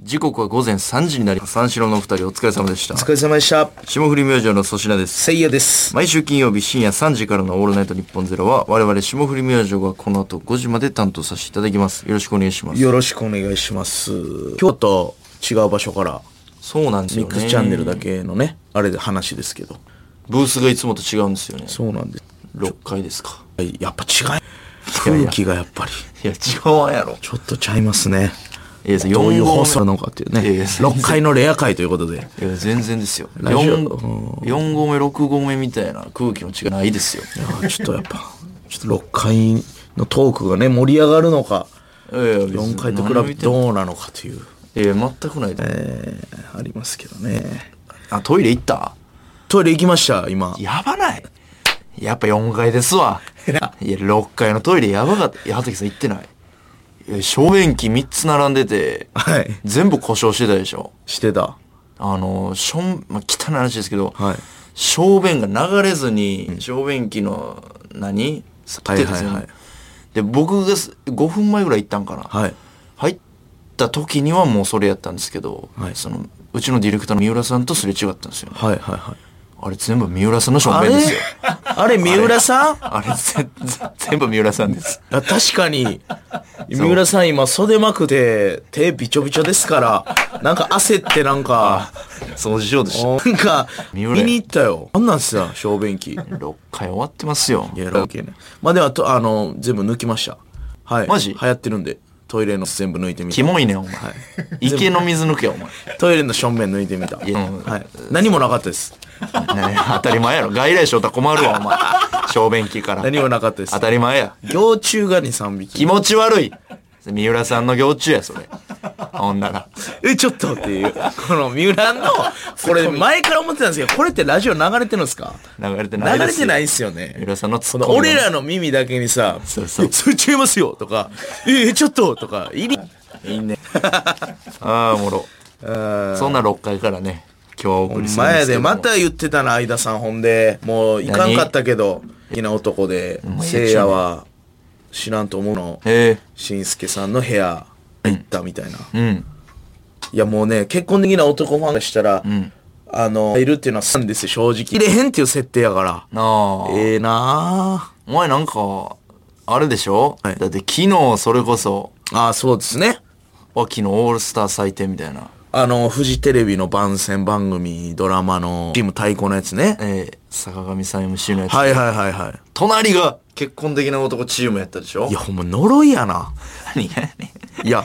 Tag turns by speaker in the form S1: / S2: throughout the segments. S1: 時刻は午前3時になります三四郎のお二人お疲れ様でした
S2: お疲れ様でした。
S1: 霜降り明星の粗品です
S2: せいやです。
S1: 毎週金曜日深夜3時からの「オールナイトニッポンゼロは我々霜降り明星がこの後5時まで担当させていただきますよろしくお願いします
S2: よろしくお願いします。京都違う場所から
S1: そうなんですよ
S2: ミ
S1: ね
S2: ックスチャンネルだけのね、あれで話ですけど。
S1: ブースがいつもと違うんですよね
S2: そうなんです。
S1: 6階ですか
S2: はいやっぱ違い。雰囲気がやっぱり、
S1: いや違うやろ
S2: ちょっとちゃいますね。
S1: いや
S2: どういう
S1: 4
S2: 放
S1: 号
S2: 送なのかっていうね。
S1: いやいや
S2: 6階のレア会ということで。
S1: 目いや全然ですよ
S2: ラジオ
S1: 4, 四号目6号目みたいな空気の違いないですよ
S2: いやーちょっとやっぱ、ちょっと6階のトークがね、盛り上がるのか、
S1: いやいや別に
S2: 4階と比べて
S1: 何を
S2: どうなのかという、
S1: 見てもいや全くないです
S2: えー、ありますけどね。
S1: あトイレ行った
S2: トイレ行きました、今。
S1: やばないやっぱ4階ですわ。いや、6階のトイレやばかった。いや、畑さん行ってない。いや小便器3つ並んでて、
S2: はい。
S1: 全部故障してたでしょ。
S2: してた。
S1: あの、しょん、まあ、汚い話ですけど、
S2: はい
S1: 小便が流れずに、小便器の何、
S2: はいはいはい
S1: 立ってたんですよねで、僕がす5分前ぐらい行ったんかな。
S2: はい。
S1: 入った時にはもうそれやったんですけど、
S2: はい
S1: その、うちのディレクターの三浦さんとすれ違ったんですよね、
S2: はいはいはい。
S1: あれ全部三浦さんの小
S2: あれ
S1: 便ですよ。
S2: あれ、三浦さん
S1: あれ、ぜぜ全部三浦さんです。
S2: あ確かに、三浦さん今袖まくて手びちょびちょですから、なんか焦ってなんか、
S1: 掃除しようとして。
S2: なんか、
S1: 三
S2: 見
S1: 浦
S2: に行ったよ。あんなんすよ、小便器。
S1: 6回終わってますよ。
S2: いや、ロケね。まあではと、あの、全部抜きました。はい。
S1: マジ
S2: 流行ってるんで、トイレの全部抜いてみ
S1: キ
S2: た。
S1: モいねん、お前。池の水抜けよ、お前。
S2: トイレの正面抜いてみた。
S1: いやうん
S2: はい。何もなかったです。
S1: ね当たり前やろ。外来症と困るわ、お前。小便器から。
S2: 何もなかったです
S1: 当。たり前や。
S2: 幼虫がに3
S1: 気
S2: 匹。
S1: 持ち悪い。三浦さんの行中や、それ。ほんなら。
S2: え、ちょっとっていう。この三浦の、これ前から思ってたんですけど、これってラジオ流れてるんですか
S1: 流れて
S2: 流
S1: ないで
S2: れ
S1: す
S2: て
S1: よ。
S2: ないっすよね。
S1: 三浦さんのツ
S2: こ
S1: ッコ
S2: の
S1: ミの
S2: 俺らの耳だけにさ、
S1: そうそう
S2: えそれ違いますよとか、え、ちょっととか、いり、
S1: いいね。ああ、おもろ。そんな6回からね、今日はお送りするんで
S2: 前
S1: すけ
S2: で
S1: ども。
S2: また言ってたな、相田さん、ほんで。もう、いかんかったけど、好きな男で、せいやは、知らんと思うの、
S1: え
S2: しんすけさんの部屋、行ったみたいな。
S1: えうん。
S2: いや、もうね、結婚的な男ファンがしたら、あの、いるっていうのはすんですよ、正直。入れへんっていう設定やから。
S1: なあ。
S2: ええな
S1: お前なんか、あれでしょ、
S2: はい
S1: だって昨日それこそ、
S2: あああ、そうですね。
S1: 秋のオールスター祭典みたいな。
S2: あの、フジテレビの番宣番組、ドラマの、チーム対抗のやつね。
S1: えー、坂上さん MC のやつ。
S2: はいはいはいはい。
S1: 隣が結婚的な男チームやったでしょ
S2: いや、、ほんま呪いやな。
S1: 何がやね
S2: いや、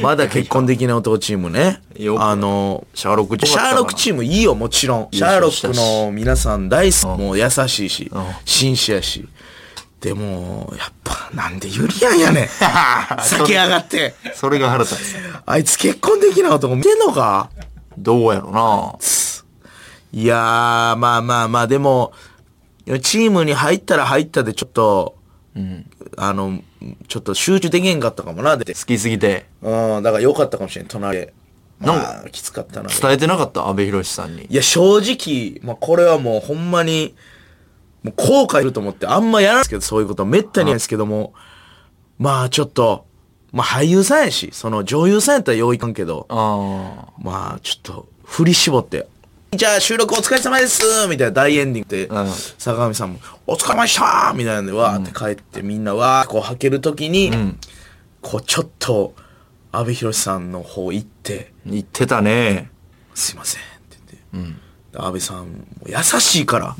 S2: まだ結婚できない男チームね
S1: よ。く
S2: あの、
S1: シャーロック
S2: シャーロック
S1: ー
S2: チームいいよ、もちろん。シャーロックの皆さん大好き。もう優しいし
S1: ん、
S2: 紳士やし。でも、やっぱ、なんでユリアンやねん。 酒上がって。
S1: ム。それが腹立つ。
S2: あいつ結婚できない男見てんのか
S1: どうやろない
S2: やー、まあまあまあ、でも、チームに入ったら入ったで、ちょっと、あの、ちょっと集中できへんかったかもな、で。
S1: 好きすぎて。
S2: うん、だから良かったかもしれん、隣で。
S1: なん
S2: まあ、きつかったな。
S1: 伝えてなかった安倍博さんに。
S2: いや、正直、まあ、これはもうほんまに、もう後悔すると思って、あんまやらないですけど、そういうことはめったにないですけども、まあ、ちょっと、まあ、俳優さんやし、その女優さんやったらよういかんけど、
S1: あ
S2: まあ、ちょっと、振り絞って、じゃあ収録お疲れ様ですみたいな大エンディングで、
S1: うん
S2: 坂上さんも、お疲れ様でしたみたいなんで、わーって帰って、みんなわーこう吐けるときに、こう、ちょっと、阿部寛さんの方行って、
S1: あ。言ってたね。
S2: すいませんって言って、安倍さんも優しいから、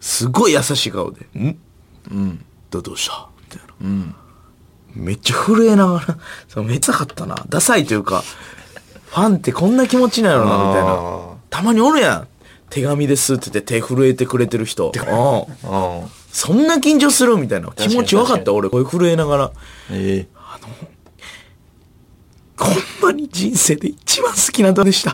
S2: すごい優しい顔で「んうん」どどうした?」みたいな、めっちゃ震えながら そのめっちゃかったなダサいというかファンってこんな気持ちなのなみたい
S1: あ
S2: なたまにおるやん手紙ですって言って手震えてくれてる人うん
S1: ああ。
S2: そんな緊張するみたいな気持ち分
S1: 確
S2: か
S1: かに確か
S2: った俺声震えながら
S1: ええ
S2: こんなに人生で一番好きな歌でした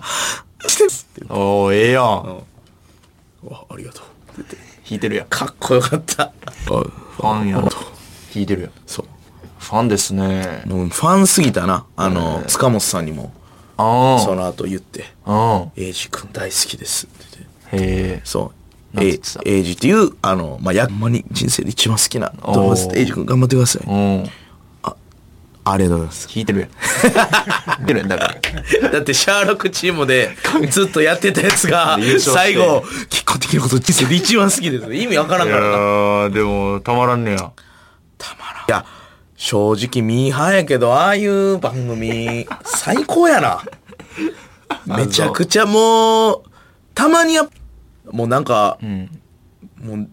S2: してますって
S1: おー、ええやん。
S2: わありがとう
S1: 弾いてるやん。
S2: かっこよかった。
S1: ファンやん。弾いてるやん。
S2: そ
S1: ファンですね
S2: う。。もうファンすぎたな。あの、塚本さんにも、そ
S1: あ
S2: の後言って、
S1: あ。うん。
S2: エイジ君大好きですって言って。
S1: へえ。
S2: そう。
S1: なん
S2: エ
S1: て言
S2: イ
S1: ってた
S2: エイジっていう、あの、まあ、や、ほんまに人生で一番好きな、
S1: ー
S2: ドラマですエイジ君頑張ってください。
S1: うん。
S2: ありがとうございます。
S1: 弾いてる やん弾いてるやんだから
S2: だってシャーロックチーム でずっとやってたやつが
S1: 優勝して
S2: 最 後結婚できること人生で一番好きです意味わからん
S1: い
S2: か
S1: や
S2: らない
S1: ーでもたまらんねや
S2: や正直ミーハーやけどああいう番 組最高やなめちゃくちゃもうたまにやもうなんか、も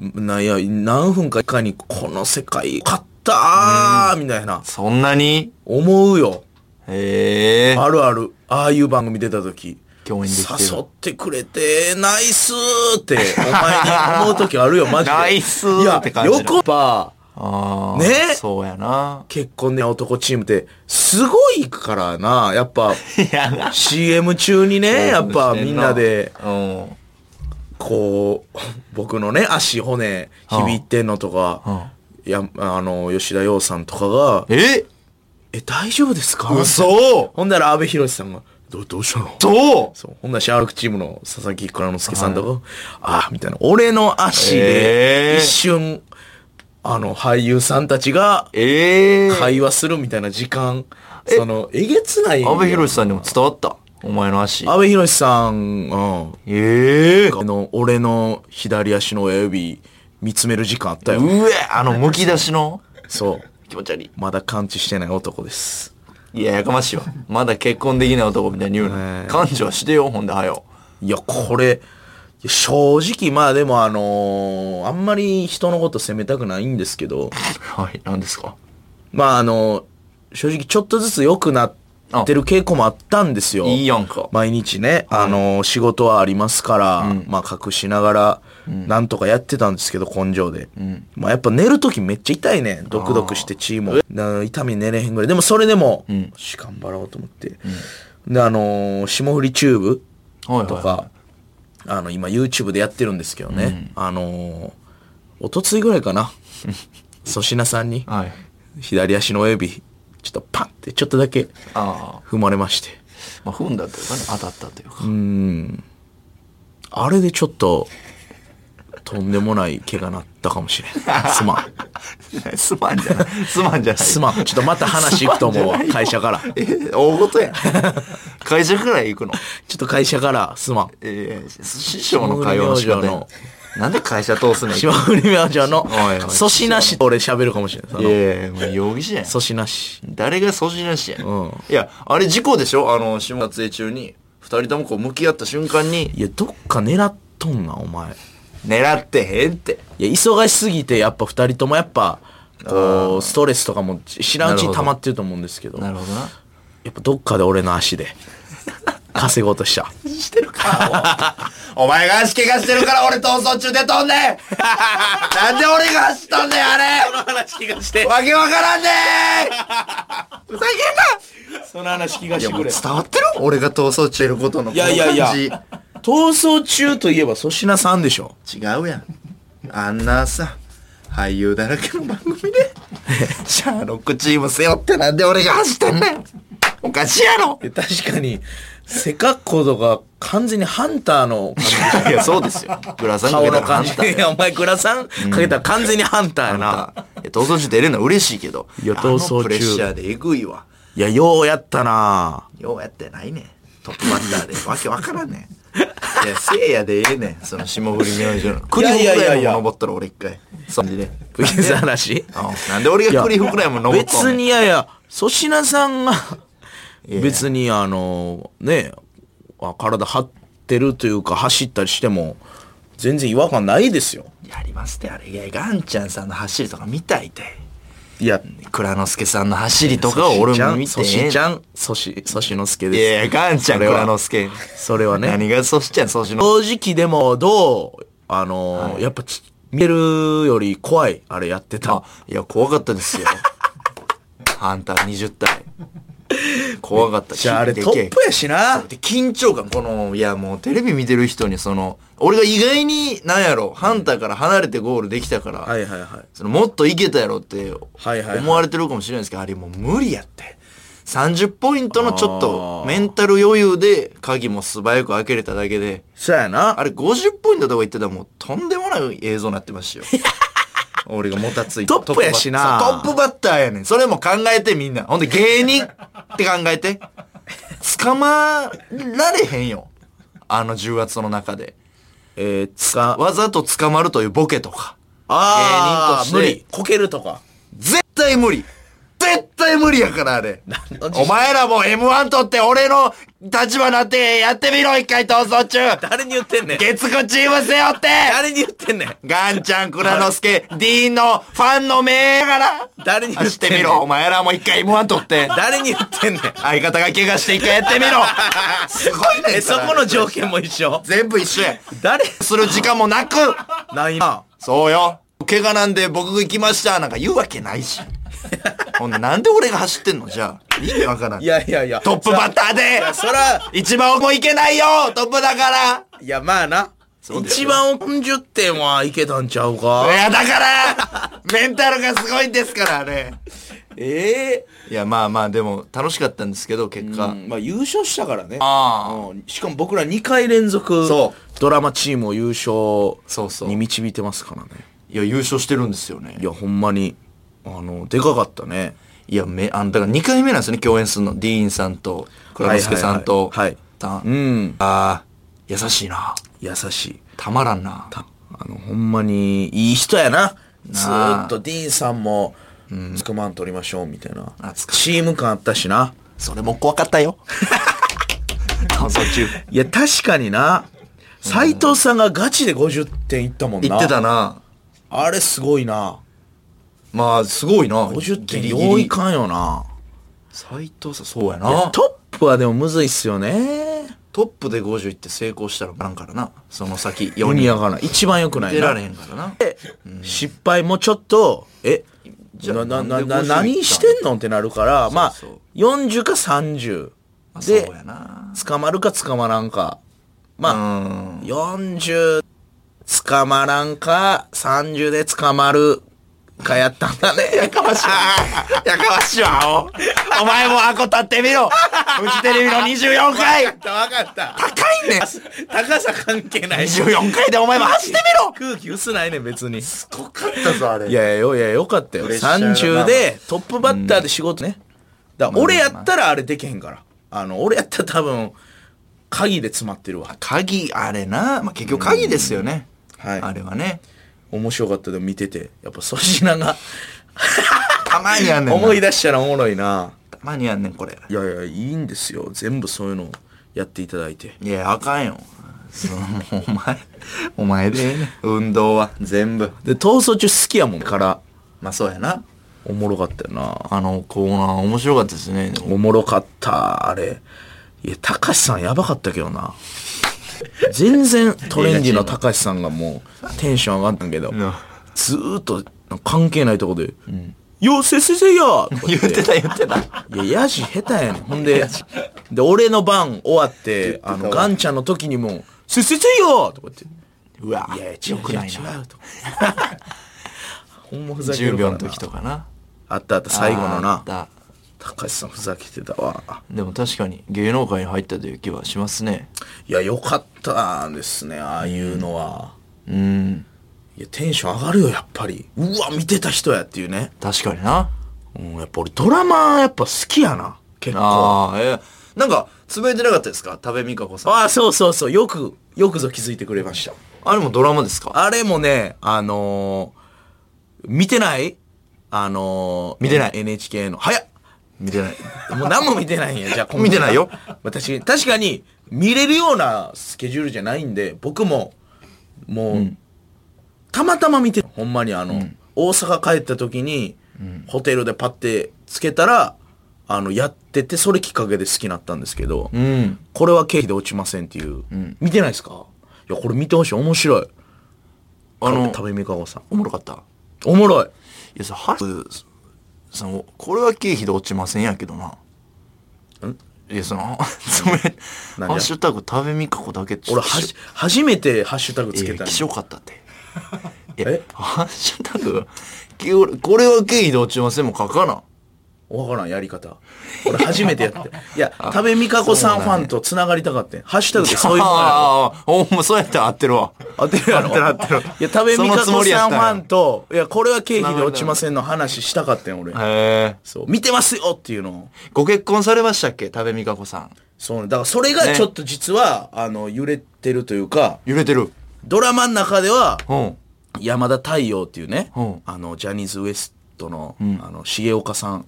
S2: うなんや何分かかにこの世界よかったーみたいな
S1: そんなに
S2: 思うよ
S1: へえ
S2: あるある。ああいう番組出た時。
S1: 共演できてる
S2: 誘ってくれて、ナイスーって、お前に思う時あるよ、マジ で。
S1: ナイスーって感じ
S2: い
S1: だ
S2: や、横ば、
S1: ああ
S2: ね
S1: そうやな
S2: 結婚ね、男チームって、すごいからな、やっ ぱ、
S1: いやな
S2: CM 中にね、やっぱみんなで、
S1: うん
S2: こう、僕のね、足骨、響いてんのとか、いや、あの、吉田洋さんとかが、
S1: え
S2: え、大丈夫ですか
S1: 嘘
S2: ほんだら安部寛さんが、どどうしたの
S1: どう
S2: そう。ほんならシャーロックチームの佐々木蔵之介さんとか、ああ、みたいな。俺の足で、
S1: えー
S2: 一瞬、あの、俳優さんたちが
S1: ええ
S2: 会話するみたいな時間、その、えげつない。
S1: 安部寛さんにも伝わったお前の足
S2: 安部寛さん、うん。
S1: ええ
S2: あの、俺の左足の親指、見つめる時間あったよ。
S1: うえあのむき出しの
S2: そう。
S1: 気持ち悪い
S2: まだ感知してない男です。
S1: いややかましいわまだ結婚できない男みたいに言う
S2: ね
S1: な感情はしてよほんではよ
S2: いや、これ、正直、まあでもあのーあんまり人のこと責めたくないんですけど、
S1: はい何ですか
S2: まああの、正直ちょっとずつ良くなってる傾向もあったんですよ。
S1: いいやんか
S2: 毎日ね、あの、仕事はありますから、まあ隠しながら、なんとかやってたんですけど、根性で。まあやっぱ寝るときめっちゃ痛いね。ドクドクして血も。な痛み寝れへんぐらい。でもそれでも、よし、頑張ろうと思って。で、あのー霜降りチューブ
S1: はい
S2: と
S1: はい
S2: か、あの、今 YouTube でやってるんですけどね。あのー、おとついぐらいか な。粗品さんに。
S1: はい
S2: 左足の親指、ちょっとパンってちょっとだけ
S1: あ
S2: 踏まれまして。
S1: あまあ踏んだというかね当たったというか
S2: あれでちょっと、とんでもない怪我なったかもしれん。すま ん。
S1: すまんじゃないすまんじゃない
S2: すまん。ちょっとまた話行くと思うわ
S1: すまんじゃないよ
S2: 会社から。
S1: え大事やん会社から行くの
S2: ちょっと会社から、すまん。
S1: ええ師匠の会話の仕方
S2: 霜降り明星
S1: や
S2: の
S1: なんで会社通すねんい
S2: 霜降り明星の
S1: おいおい
S2: 粗品氏と俺喋るかもしれん。その
S1: やいやもう容疑者やん
S2: 粗品氏。
S1: 誰が阻止なしやん、
S2: うん
S1: いやあれ事故でしょあの下撮影中に二人ともこう向き合った瞬間に
S2: いや、どっか狙っとんな、お前。い
S1: 狙ってへんって
S2: や、忙しすぎて、やっぱ二人ともやっぱ、こう、ストレスとかも知らんうちに溜まってると思うんですけど。
S1: なるほどな
S2: やっぱどっかで俺の足で稼ごうとした。
S1: してるからおお前が足怪我してるから俺逃走中で 飛んでんなんで俺が走ったんだよあ れ
S2: 話 気がして。
S1: わけわからんね ーふざ
S2: その話気が
S1: けんな伝わってる俺が逃走中いることのこ
S2: いやいやいや逃走中といえば粗品さんでしょ。
S1: 違うやんあんなさ俳優だらけの番組 でシャーロックチーム背負ってなんで俺が走ってんねんおかしいやろ
S2: いや確かに、背格好とか完全にハンター の
S1: いやそうですよグラサンか
S2: 顔
S1: け
S2: の
S1: たら
S2: 感
S1: あん
S2: じ
S1: た。
S2: いや、 お前グラサンかけたら完全にハンターやな。
S1: 逃走中出れるのは嬉しいけど
S2: いや逃走中
S1: あのプレッシャーでえぐいわ
S2: いや、ようやったな
S1: ようやってないねんトップバッターでわけわからんねんいやせいやでええねんその霜降り明星の栗
S2: いやい
S1: 服ぐ
S2: や
S1: ら
S2: い
S1: い
S2: や
S1: も登ったら俺一回そんで
S2: 藤沢話
S1: なんで俺が栗服ぐらいも登った
S2: 別にいやいや、粗品さんが、別にあの、ね、あ体張ってるというか走ったりしても、全然違和感ないですよ。
S1: やりますってあれいやガンちゃんさんの走りとか見たいて
S2: いや、
S1: 倉之助さんの走りとかを俺も見て
S2: 粗品ち
S1: ん
S2: ゃん、粗品、粗品助
S1: い
S2: で
S1: やいやガンちゃん
S2: それは
S1: 倉之助
S2: す。それはね。
S1: 何がそしちゃんそしの
S2: 正直でもどうあのーやっぱち見てるより怖いあれやってた
S1: あいや怖かったですよハンター20体怖かった
S2: じゃああれ
S1: で
S2: ト
S1: けえ
S2: ップやしな
S1: で緊張感このいやもうテレビ見てる人にその俺が意外になんやろハンターから離れてゴールできたから、
S2: はいはいはい
S1: そのもっといけたやろって
S2: はいはい
S1: 思われてるかもしれないですけど、あれもう無理やって。30ポイントのちょっ
S2: あ
S1: と
S2: ー
S1: メンタル余裕で鍵も素早く開けれただけで、
S2: そうや な
S1: あれ50ポイントとか言ってたらもうとんでもない映像になってましたよ。俺がもたついて
S2: トップやしな
S1: トップバッターやねんそれも考えてみんなほんで芸人って考えて捕まられへんよあの重圧の中で
S2: えー、つか、
S1: わざと捕まるというボケとか芸
S2: あー
S1: 人として
S2: 無理。こけるとか。
S1: 絶対無理絶対無理やからあれ
S2: の自信
S1: お前らも m 1取って俺の立場なんてやってみろ一回逃走中
S2: 誰に言ってんねん。
S1: 月9チーム背負って
S2: 誰に言ってんねん。
S1: ガンちゃん、倉之助、ディーンのファンの目やから
S2: 誰に言っ
S1: して
S2: ん
S1: て
S2: ねん
S1: み ろお前らも一回 M1 取って
S2: 誰に言ってんねん。
S1: 相方が怪我して一回やってみろすごいね
S2: え、
S1: ん
S2: そ
S1: から
S2: この条件も一緒。
S1: 全部一緒や
S2: 誰
S1: する時間もなく
S2: ないな。
S1: そうよ怪我なんで僕行きましたなんか言うわけない しほんななんで俺が走ってんのじゃあ意味わからん
S2: いやいやいや。
S1: トップバッターで
S2: そら、
S1: 一番もいけないよトップだから
S2: いや、まあな。
S1: うです
S2: 一
S1: よ
S2: 番40点はいけたんちゃう
S1: い
S2: か
S1: やだからメンタルがすごいんですからあれ
S2: ええ
S1: いやまあまあでも楽しかったんですけど結果、
S2: うんまあ優勝したからね。
S1: ああ
S2: うんしかも僕ら2回連続
S1: そ
S2: ドラマチームを優
S1: そうそ
S2: 勝
S1: う
S2: に導いてますからね
S1: いや優勝してるんですよね
S2: いやほんまにあのでかかったね
S1: いやめあのだから2回目なんですよね共演するのディーンさんと倉之介さんと
S2: はいはい
S1: タン
S2: うん
S1: あー優しいな
S2: 優しい
S1: たまらんな
S2: たあのほんまにいい人やなず
S1: あ
S2: ーっとディーンさんも「つくまん取りましょう」みたいな
S1: 懐かしい
S2: チーム感あったしな
S1: それも怖かった よ 感想中
S2: いや確かにな斎藤さんがガチで50点いったもんな
S1: 言ってたな
S2: あれすごいな
S1: まあすごいな
S2: 50点
S1: ギリギリ
S2: よういかんよな
S1: 斉藤さんそうや
S2: い
S1: な
S2: やトップはでもむずいっすよね
S1: トップで50いって成功したらなんからなその先
S2: 世
S1: 4
S2: に
S1: 人
S2: やがな一番良くない
S1: 出ら
S2: な
S1: れへんからな
S2: で失敗もちょっとえ
S1: じゃ
S2: な
S1: あ
S2: な
S1: な
S2: なん
S1: で
S2: な
S1: 50
S2: 何してんのってなるからまあ
S1: そうそう
S2: 40か30
S1: あそう
S2: で
S1: やな
S2: 捕まるか捕まらんか
S1: う
S2: まあ
S1: ん
S2: 40捕まらんか30で捕まるかやったん だねやかまし い
S1: やかましいわ、 おお前もアコ立ってみろフジテレビの24回
S2: わかった
S1: 高いねん
S2: 高さ関係 ない
S1: 24回でお前も走ってみろ
S2: 空気薄ないね別に
S1: すごかったぞ、あれ
S2: いやいやよいやよかったよ
S1: プレッシャーが
S2: 30でトップバッターで仕事ね、だから俺やったらあれできへんからあの俺やったら多分鍵で詰まってるわ
S1: 鍵、あれな。まあ、結局鍵ですよね。
S2: はい
S1: あれはね。
S2: 面白かったでも見ててやっぱ粗品が
S1: たまにあんねんな。
S2: 思い出したらおもろいな
S1: たまにあんねん、これ。
S2: いやいやいいんですよ全部そういうのやっていただいて
S1: いや、あかんよ。そのもうお前、お前でええねん運動は全部。
S2: で逃走中好きやもんから
S1: まあ、そうやな。
S2: おもろかったよな
S1: あのコーナー面白かったですね。
S2: おもろかったあれいや高橋さんやばかったけどな全然トレンディの高橋さんがもうテンション上がったんけどずーっと関係ないとこで「よせせせよ!」とか
S1: 言
S2: 言
S1: っ
S2: ってて
S1: た言ってた。
S2: いやヤジ下手や ねんほんでで俺の番終わってあのガンちゃんの時にも「せせせよ!」とか言って
S1: うわ
S2: 「いやいや違
S1: よく
S2: う
S1: ない
S2: 違う
S1: な。
S2: 違う」とか ほんまふざけ
S1: 10
S2: るから
S1: 秒
S2: な
S1: の時とかな。
S2: あったあった最後の
S1: あ
S2: な
S1: った
S2: 高橋さんふざけてたわ
S1: でも確かに芸能界に入ったという気はしますね。
S2: いや、良かったですね、ああいうのは。
S1: うん。
S2: いや、テンション上がるよ、やっぱり。うわ、見てた人やっていうね。
S1: 確かにな。
S2: うん、やっぱ俺ドラマやっぱ好きやな、結構。あ
S1: ああ、えーなんか、つぶやいてなかったですか多部未華子さん。
S2: あ、そうそうそう、よく、よくぞ気づいてくれました。
S1: あれもドラマですか
S2: あれもね、あのー見てないあのー
S1: 見てない
S2: NHK の。早っ
S1: 見てない。
S2: もう何も見てないんや、じゃあ今回は
S1: 見てないよ。
S2: 私、確かに、見れるようなスケジュールじゃないんで、僕も、もう、たまたま見て、ほんまにあの、大阪帰った時に、ホテルでパッてつけたら、あの、やってて、それきっかけで好きになったんですけど、
S1: うん。
S2: これは経費で落ちませんっていう。見てないですかいや、これ見てほしい。面白い。
S1: あ
S2: あ
S1: の
S2: の、、食べみかごさん。
S1: おもろかった。い
S2: おもろい。
S1: や、それ、ハルその、これは経費で落ちませんやけどな。いや、その、 それ、
S2: 何
S1: ハ
S2: が
S1: ッシュタグ食べみかこだけ
S2: 俺、はじ、初めてハッシュタグつけ
S1: え
S2: た
S1: ー、
S2: の
S1: 希少かった って。いや
S2: え
S1: ハッシュタグ、きこれは経費で落ちませんも書かな。
S2: わからんやり方俺初めてやっていや多部未華子さんファンとつながりたかってん、ハッシュタグでそういうもんやろ
S1: ああ、お前そうやったら合ってるわ。
S2: 当てるや
S1: 合
S2: ろ
S1: ってる合ってる
S2: いや多部未華
S1: そのつも
S2: 子
S1: りや
S2: さ
S1: っ
S2: ん
S1: た
S2: フ
S1: んや
S2: ァンといやこれは経費で落ちませんの話したかってん俺、
S1: へえ。
S2: そう見てますよっていうのを
S1: ご結婚されましたっけ多部未華子さん。
S2: そうねだからそれがちょっと実は、あの揺れてるというか
S1: 揺れてる。
S2: ドラマの中では
S1: うん。
S2: 山田太陽っていうね、
S1: うん
S2: あのジャニーズ WEST の,、あの重岡さん、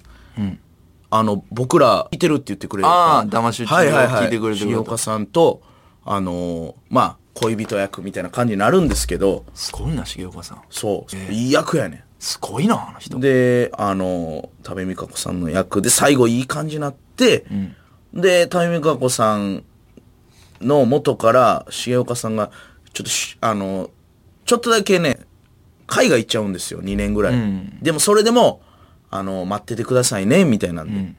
S2: あの僕ら聞いてるって言ってくれる
S1: ああ騙し討ち
S2: はいはいは
S1: 聞いてくれてる
S2: 重岡さんとあのーまあ恋人役みたいな感じになるんですけど
S1: すごいな、重岡さん。
S2: そう、いい役やね
S1: すごいな、あの人。
S2: であの多部未華子さんの役で最後いい感じになって、で多部未華子さんの元から重岡さんがちょっとしあのちょっとだけね海外行っちゃうんですよ2年ぐらい、でもそれでもあの待っててくださいねみたいなんで、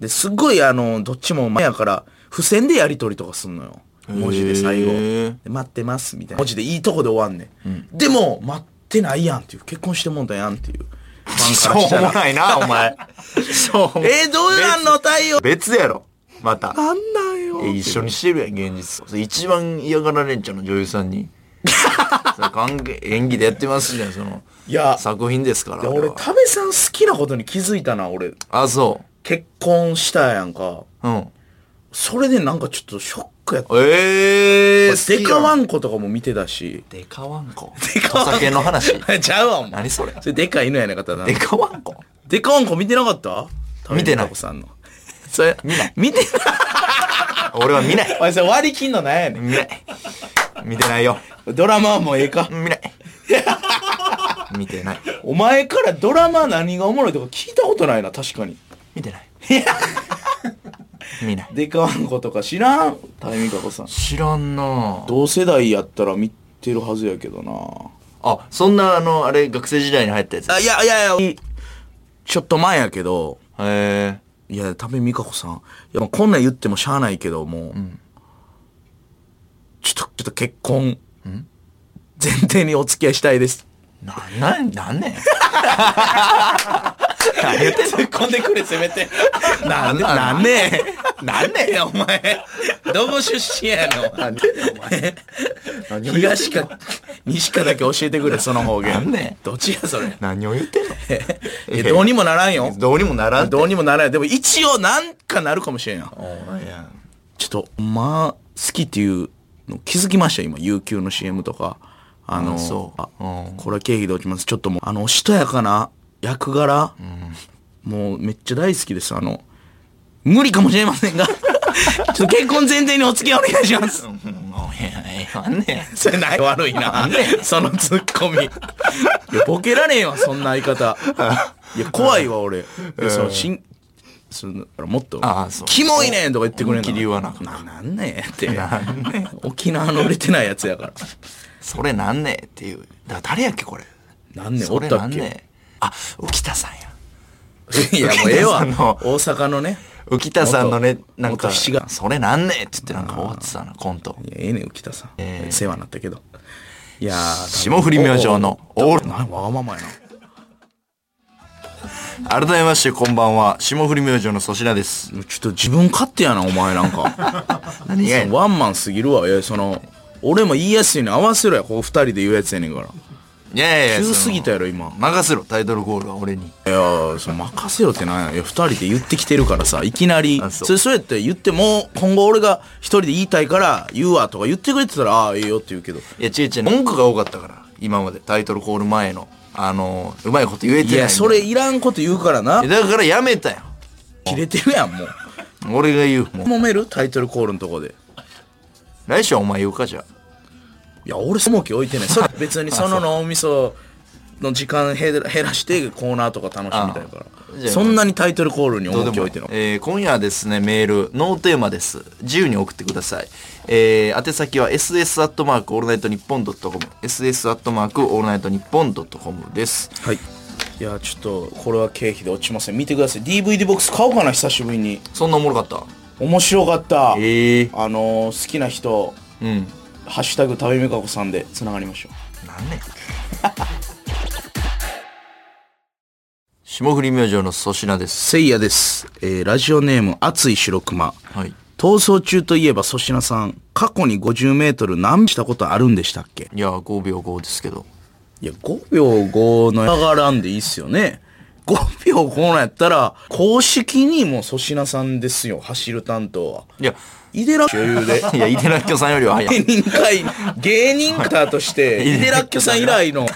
S2: ですっごいあのどっちも前やから付箋でやり取りとかすんのよ文字で最後
S1: へー
S2: で待ってますみたいな文字でいいとこで終わんねん、でも待ってないやんっていう結婚してもんだやんっていうファ
S1: し
S2: ン
S1: ょ
S2: からし
S1: う
S2: た
S1: も
S2: ら
S1: ないな、お前。しょうも
S2: えー、どうなんの太陽
S1: 別やろ。ま た。
S2: なんなんよ
S1: え一緒にしてるやん、現実。それ一番嫌がられんちゃうの、女優さん に。それ関係演技でやってますじゃん、その。
S2: いや
S1: 作品ですから。
S2: いや
S1: あれ
S2: 俺
S1: は
S2: 多部さん好きなことに気づいたな俺
S1: あ、そ
S2: 結婚したやんか
S1: う。うん。
S2: それでなんかちょっとショックやった
S1: ええ
S2: デカワ
S1: ン。
S2: ンコとかも見てたし
S1: デカワンコ。
S2: デカワンコ
S1: お酒の話。
S2: ちゃうわお前
S1: 何そ れ
S2: それでかい犬やねんかったな
S1: デカワンコ
S2: デカワンコ見てなかった
S1: 見てない
S2: 田辺美香子さんの それ見ない見てない
S1: 俺は見ない。
S2: おいそれ割り切んのなんやねん
S1: 見ない。見てないよ。
S2: ドラマはもうええか
S1: 見 ない。見てない。
S2: お前からドラマ何がおもろいとか聞いたことないな確かに
S1: 見て ない。見ない。
S2: デカワンコとか知らん田辺美香子さん
S1: 知らんなぁ
S2: 同世代やったら見てるはずやけどな
S1: あ、そんなあの、あれ、学生時代に入ったやつ。
S2: あいやいやいやちょっと前やけど
S1: へえ。
S2: いや多部未華子さんいやまあこんなん言ってもしゃあないけどもう、ちょっとちょっと結婚前提にお付き合いしたいです
S1: なんなん、なん ねん。
S2: 突っ込んでくれせめてなんで なんねえなんねえお前どこ出身やねんお前
S1: 何を言う
S2: 東か西かだけ教えてくれその方言
S1: なんね
S2: どっちやそれ
S1: 何を言ってんの
S2: いやどうにもならんよ
S1: どうにもならん。
S2: どうにもならんよでも一応なんかなるかもしれんやん
S1: お前やん。
S2: ちょっとまあ好きっていうの気づきましたよ今 UQ の CM とかあの
S1: あそう
S2: あ
S1: うん
S2: これは経費で落ちますちょっともうあのおしとやかな役柄、もうめっちゃ大好きですあの無理かもしれませんが ちょっと結婚前提にお付き合いお願いします
S1: お前やんね
S2: そ れない悪いなそのツッコミいやボケられんわそんな 相方いや怖いわ俺いやそのしんそのだからもっと
S1: ああそう
S2: キモいねん!」とか言ってくれ
S1: 本
S2: ん
S1: 気で言わなあかん
S2: ななんね んって沖縄の売れてないやつやから
S1: それなんねっていう。だから誰やっけ、これ。
S2: なんねんお
S1: そ
S2: っ
S1: れ
S2: た
S1: な
S2: っ
S1: ん
S2: け、
S1: ねあ、浮田さんや。
S2: いやもうええわ
S1: 沖縄の
S2: 大阪のね
S1: 浮田さんのね、なんか、
S2: 元七が
S1: それなんねえって言ってなんか終わってたな、コント
S2: い。やええねん浮田さん、
S1: ええ
S2: 世話になったけどいやー
S1: 霜降り明星のオール
S2: なんわがままやな
S1: 改めましてこんばんは、霜降り明星の粗品です。
S2: ちょっと自分勝手やなお前なんか
S1: 何
S2: そのワンマンすぎるわ。いや、その、俺も言いやすいの合わせろや。こう二人で言うやつやねんから。
S1: いやいやいや、
S2: 急
S1: そ
S2: す
S1: の
S2: ぎたやろ、今。
S1: 任せろ、タイトルゴールは俺に。
S2: いや、その任せろってなんや。いや、二人で言ってきてるからさ、いきなり。
S1: あそう
S2: それ、そうやって言っても、今後俺が一人で言いたいから言うわとか言ってくれてたら、ああ、ええよって言うけど。
S1: いや、ちいち文句が多かったから、今まで、タイトルゴール前の。あのー、うまいこと言えてない
S2: いや、それいらんこと言うからな
S1: え。だからやめたよ。
S2: 切れてるやん、もう。
S1: 俺が言う。もう
S2: 揉めるタイトルコールのとこで。
S1: 来週はお前言うか、じゃあ
S2: いや、俺、重き置いてない。それ 別にその脳みその時間減ら減らしてコーナーとか楽しみたいか
S1: あじゃ
S2: ら。
S1: あ
S2: そんなにタイトルコールに
S1: どう
S2: 重
S1: で
S2: き
S1: もい
S2: 置い
S1: い
S2: てない。
S1: えー今夜はですね、メール、ノーテーマです。自由に送ってください。えー、宛先は ss アットマークオールナイトニッポンドットコム、ss アットマークオールナイトニッポンドットコムです。
S2: はい。いや、ちょっと、これは経費で落ちません。見てください。DVD ボックス買おうかな、久しぶりに。
S1: そんなおもろかっ
S2: 面白かっ
S1: た。
S2: た。
S1: ええ
S2: あのー、好きな人、
S1: うん。
S2: ハッシュタグ、たべみかこさんで、つながりましょう。
S1: なんねん。霜降り明星の粗品です。
S2: せいやです。えーラジオネーム、熱い白熊。
S1: はい。
S2: 逃走中といえば粗品さん、過去に50メートル何したことあるんでしたっけ
S1: いや、5秒5ですけど。
S2: いや、5秒5の上がらんでいいっすよね。5秒5のやったら、公式にもう粗品さんですよ、走る担当は。
S1: いや、
S2: いでらっきょ余裕で。
S1: いや、井手らっきょさんよりは早い。
S2: 芸人界、芸人ターとして、
S1: い
S2: いでらっきょさん以来の。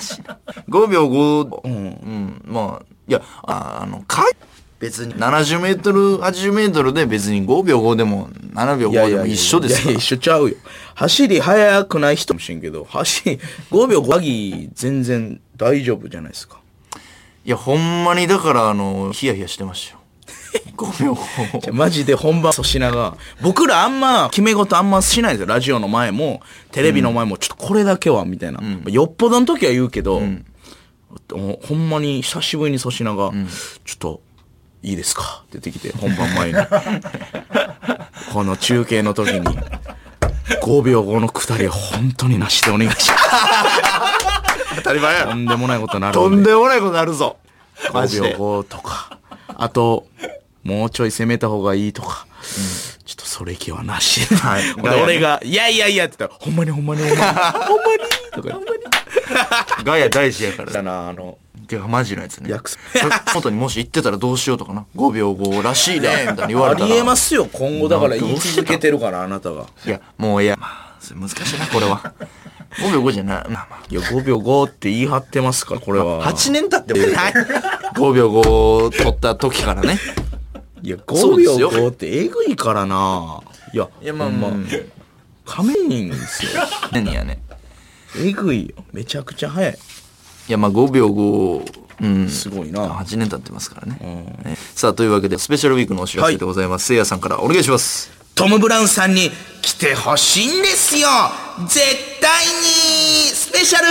S1: 5秒5、うん、まあ、いや、ああの、か別に70メートル、80メートルで別に5秒5でも7秒5でも一緒です
S2: い
S1: か
S2: やい
S1: ら
S2: や、一。緒ちゃうよ。走り速くない人もしんけど、走り、5秒5はぎ、全然大丈夫じゃないですか。
S1: いや、ほんまにだから、あの、ヒヤヒヤしてま したよ。5秒
S2: い
S1: 5。
S2: やマジで本番粗品が僕らあんま決め事あんましないんですよラジオの前もテレビの前もちょっとこれだけはみたいな、よっぽどの時は言うけど、ほほんまに久しぶりに粗品が、ちょっといいですか出てきて本番前に この中継の時に5秒後のくだりは本当になしでお願いします
S1: 当たり前や
S2: と。んでもないことになる
S1: と
S2: ん
S1: ん
S2: で
S1: でもないことなるぞ。マジ
S2: 5
S1: で。
S2: 秒後とかあともうちょい攻めた方がいいとか、ちょっとそれ気はなし、
S1: はい
S2: ほんで 俺が「いやいやいや」って言ったら「ほんまにほんまにほんまにほんまに」とか言って
S1: ガヤ大事やから
S2: た。なあの
S1: てかマジのやつね
S2: 約束
S1: 外にもし行ってたらどうしようとかな5秒後らしいねみたいに言わ
S2: あ
S1: れたら
S2: りえますよ今後だから
S1: どう
S2: 言い続けてるからあなたが
S1: いやもういやまあそれ難しいなこれは5秒5じゃないまあま
S2: いや5秒5って言い張ってますからこれは
S1: あ8年経っても5秒5取った時からね
S2: いや
S1: そ
S2: 5
S1: うです
S2: 秒
S1: よ
S2: 5ってえぐいからないや
S1: いやまあまあ
S2: 仮面です よ
S1: 何やね
S2: えぐいよめちゃくちゃ早い
S1: いやまあ5秒5うん
S2: すごいな
S1: 8年経ってますからね、ねさあというわけでスペシャルウィークのお知らせでございます、せいやさんからお願いします
S2: トム・ブラウンさんに来てほしいんですよ絶対にスペシャル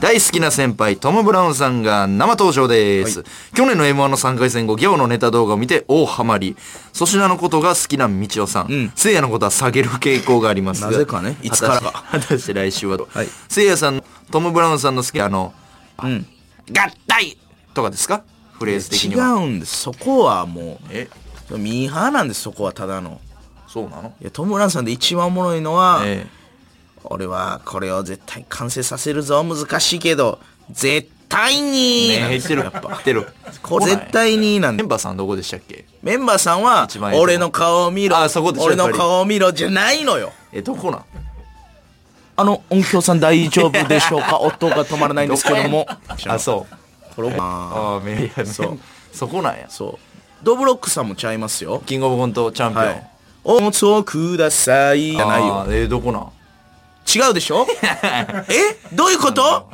S1: 大好きな先輩トム・ブラウンさんが生登場です、去年の m 1の3回戦後ギャオのネタ動画を見て大ハマり粗品のことが好きなみちおさん、
S2: ん
S1: せいやのことは下げる傾向がありますが
S2: なぜかねいつからか
S1: 果たして果たして来週はと、
S2: はい
S1: せいやさんトム・ブラウンさんの好きなあの
S2: うん
S1: 「合体!」とかですかフレーズ的
S2: 違
S1: には
S2: うんですそこはも
S1: え
S2: うミーハーなんですそこはただの
S1: そうなの
S2: いやトム・ブラウンさんで一番おもろいのは、
S1: え
S2: 俺はこれを絶対完成させるぞ難しいけど絶対に、
S1: え
S2: なん
S1: 減
S2: で
S1: っ
S2: す
S1: てるやっぱ減ってる
S2: これ絶対になん
S1: メ
S2: で
S1: ンバーさんどこでしたっけ
S2: メンバーさんは
S1: 一番いいと思う
S2: 俺の顔を見ろ
S1: あそこでしょ
S2: 俺の
S1: やっぱり
S2: 顔を見ろじゃないのよ
S1: えどこなん
S2: あの音響さん大丈夫でしょう か音が止まらないんですけど も
S1: あそう
S2: これあ
S1: ああめいやそうそこなんや
S2: ーそうドブロックさんもちゃいますよ
S1: キングオブコントチャンピオン、
S2: はいおもつをくださいじゃないよ
S1: あーえーどこなん
S2: 違うでしょえどういうこと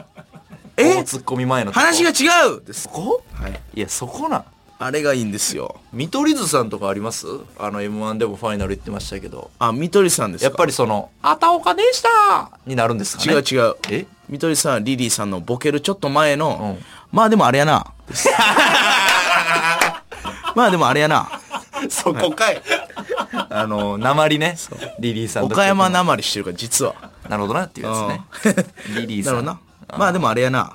S1: え
S2: え
S1: ツッコミ前のとこ
S2: 話が違うです
S1: そこ、
S2: はい、
S1: いやそこなん
S2: あれがいいんですよ
S1: 見取り図さんとかありますあの m 1でもファイナル行ってましたけど
S2: あ見取りさんですか
S1: やっぱりその「あたおかでした!」になるんですかね
S2: 違う違う
S1: え
S2: 見取りさんリリーさんのボケるちょっと前の、
S1: うん
S2: まあでもあれやなですまあでもあれやな
S1: そこかいあの鉛ねリリーさんと
S2: 岡山なまりしてるから実は
S1: なるほどなっていうやつねリリー
S2: な
S1: さん
S2: るほどなまあでもあれやな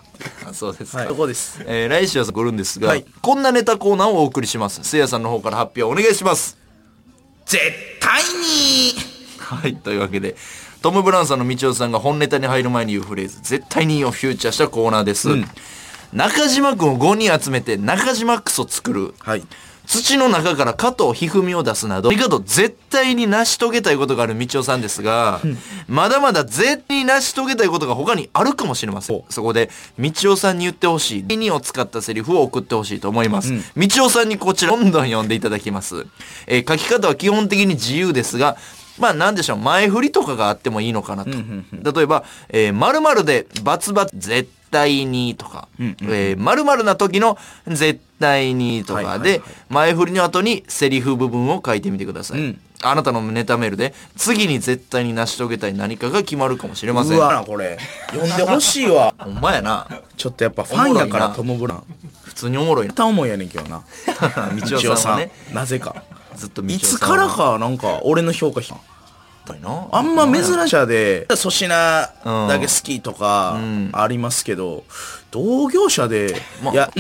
S1: あそうですか、
S2: はいそこです
S1: えー来週は来るんですが、
S2: はい
S1: こんなネタコーナーをお送りしますせいやさんの方から発表お願いします
S2: 絶対に
S1: はい、というわけで、トム・ブラウンさんの道夫さんが本ネタに入る前に言うフレーズ、絶対にをフューチャーしたコーナーです。中島くんを5人集めて、中島クソ作る。
S2: はい
S1: 土の中から加藤一二三を出すなど、何かと絶対に成し遂げたいことがある道夫さんですが、まだまだ絶対に成し遂げたいことが他にあるかもしれません。そこで、道夫さんに言ってほしい、2を使ったセリフを送ってほしいと思います。道夫さんにこちら、どんどん読んでいただきます。えー書き方は基本的に自由ですが、まあなんでしょう、前振りとかがあってもいいのかなと。例えば、えー、〇〇で、バツバツ、絶対にとか、えー、〇〇な時の、絶対にとかで、前振りの後にセリフ部分を書いてみてください。
S2: うん
S1: あなたのネタメールで、次に絶対に成し遂げたい何かが決まるかもしれません。
S2: うわこれ呼んでほしい わ
S1: ほんまやな。
S2: ちょっとやっぱファンやから
S1: おもろいな
S2: トム・ブラウン
S1: 普通におもろいな。
S2: 片思いやねんけ どな
S1: 道夫さんはね。
S2: なぜか
S1: ずっと道夫
S2: い
S1: さん
S2: つ
S1: は
S2: からかなんか俺の評価したあんま珍しいで粗品だけ好きとかありますけど、同業者で、
S1: まあ
S2: いや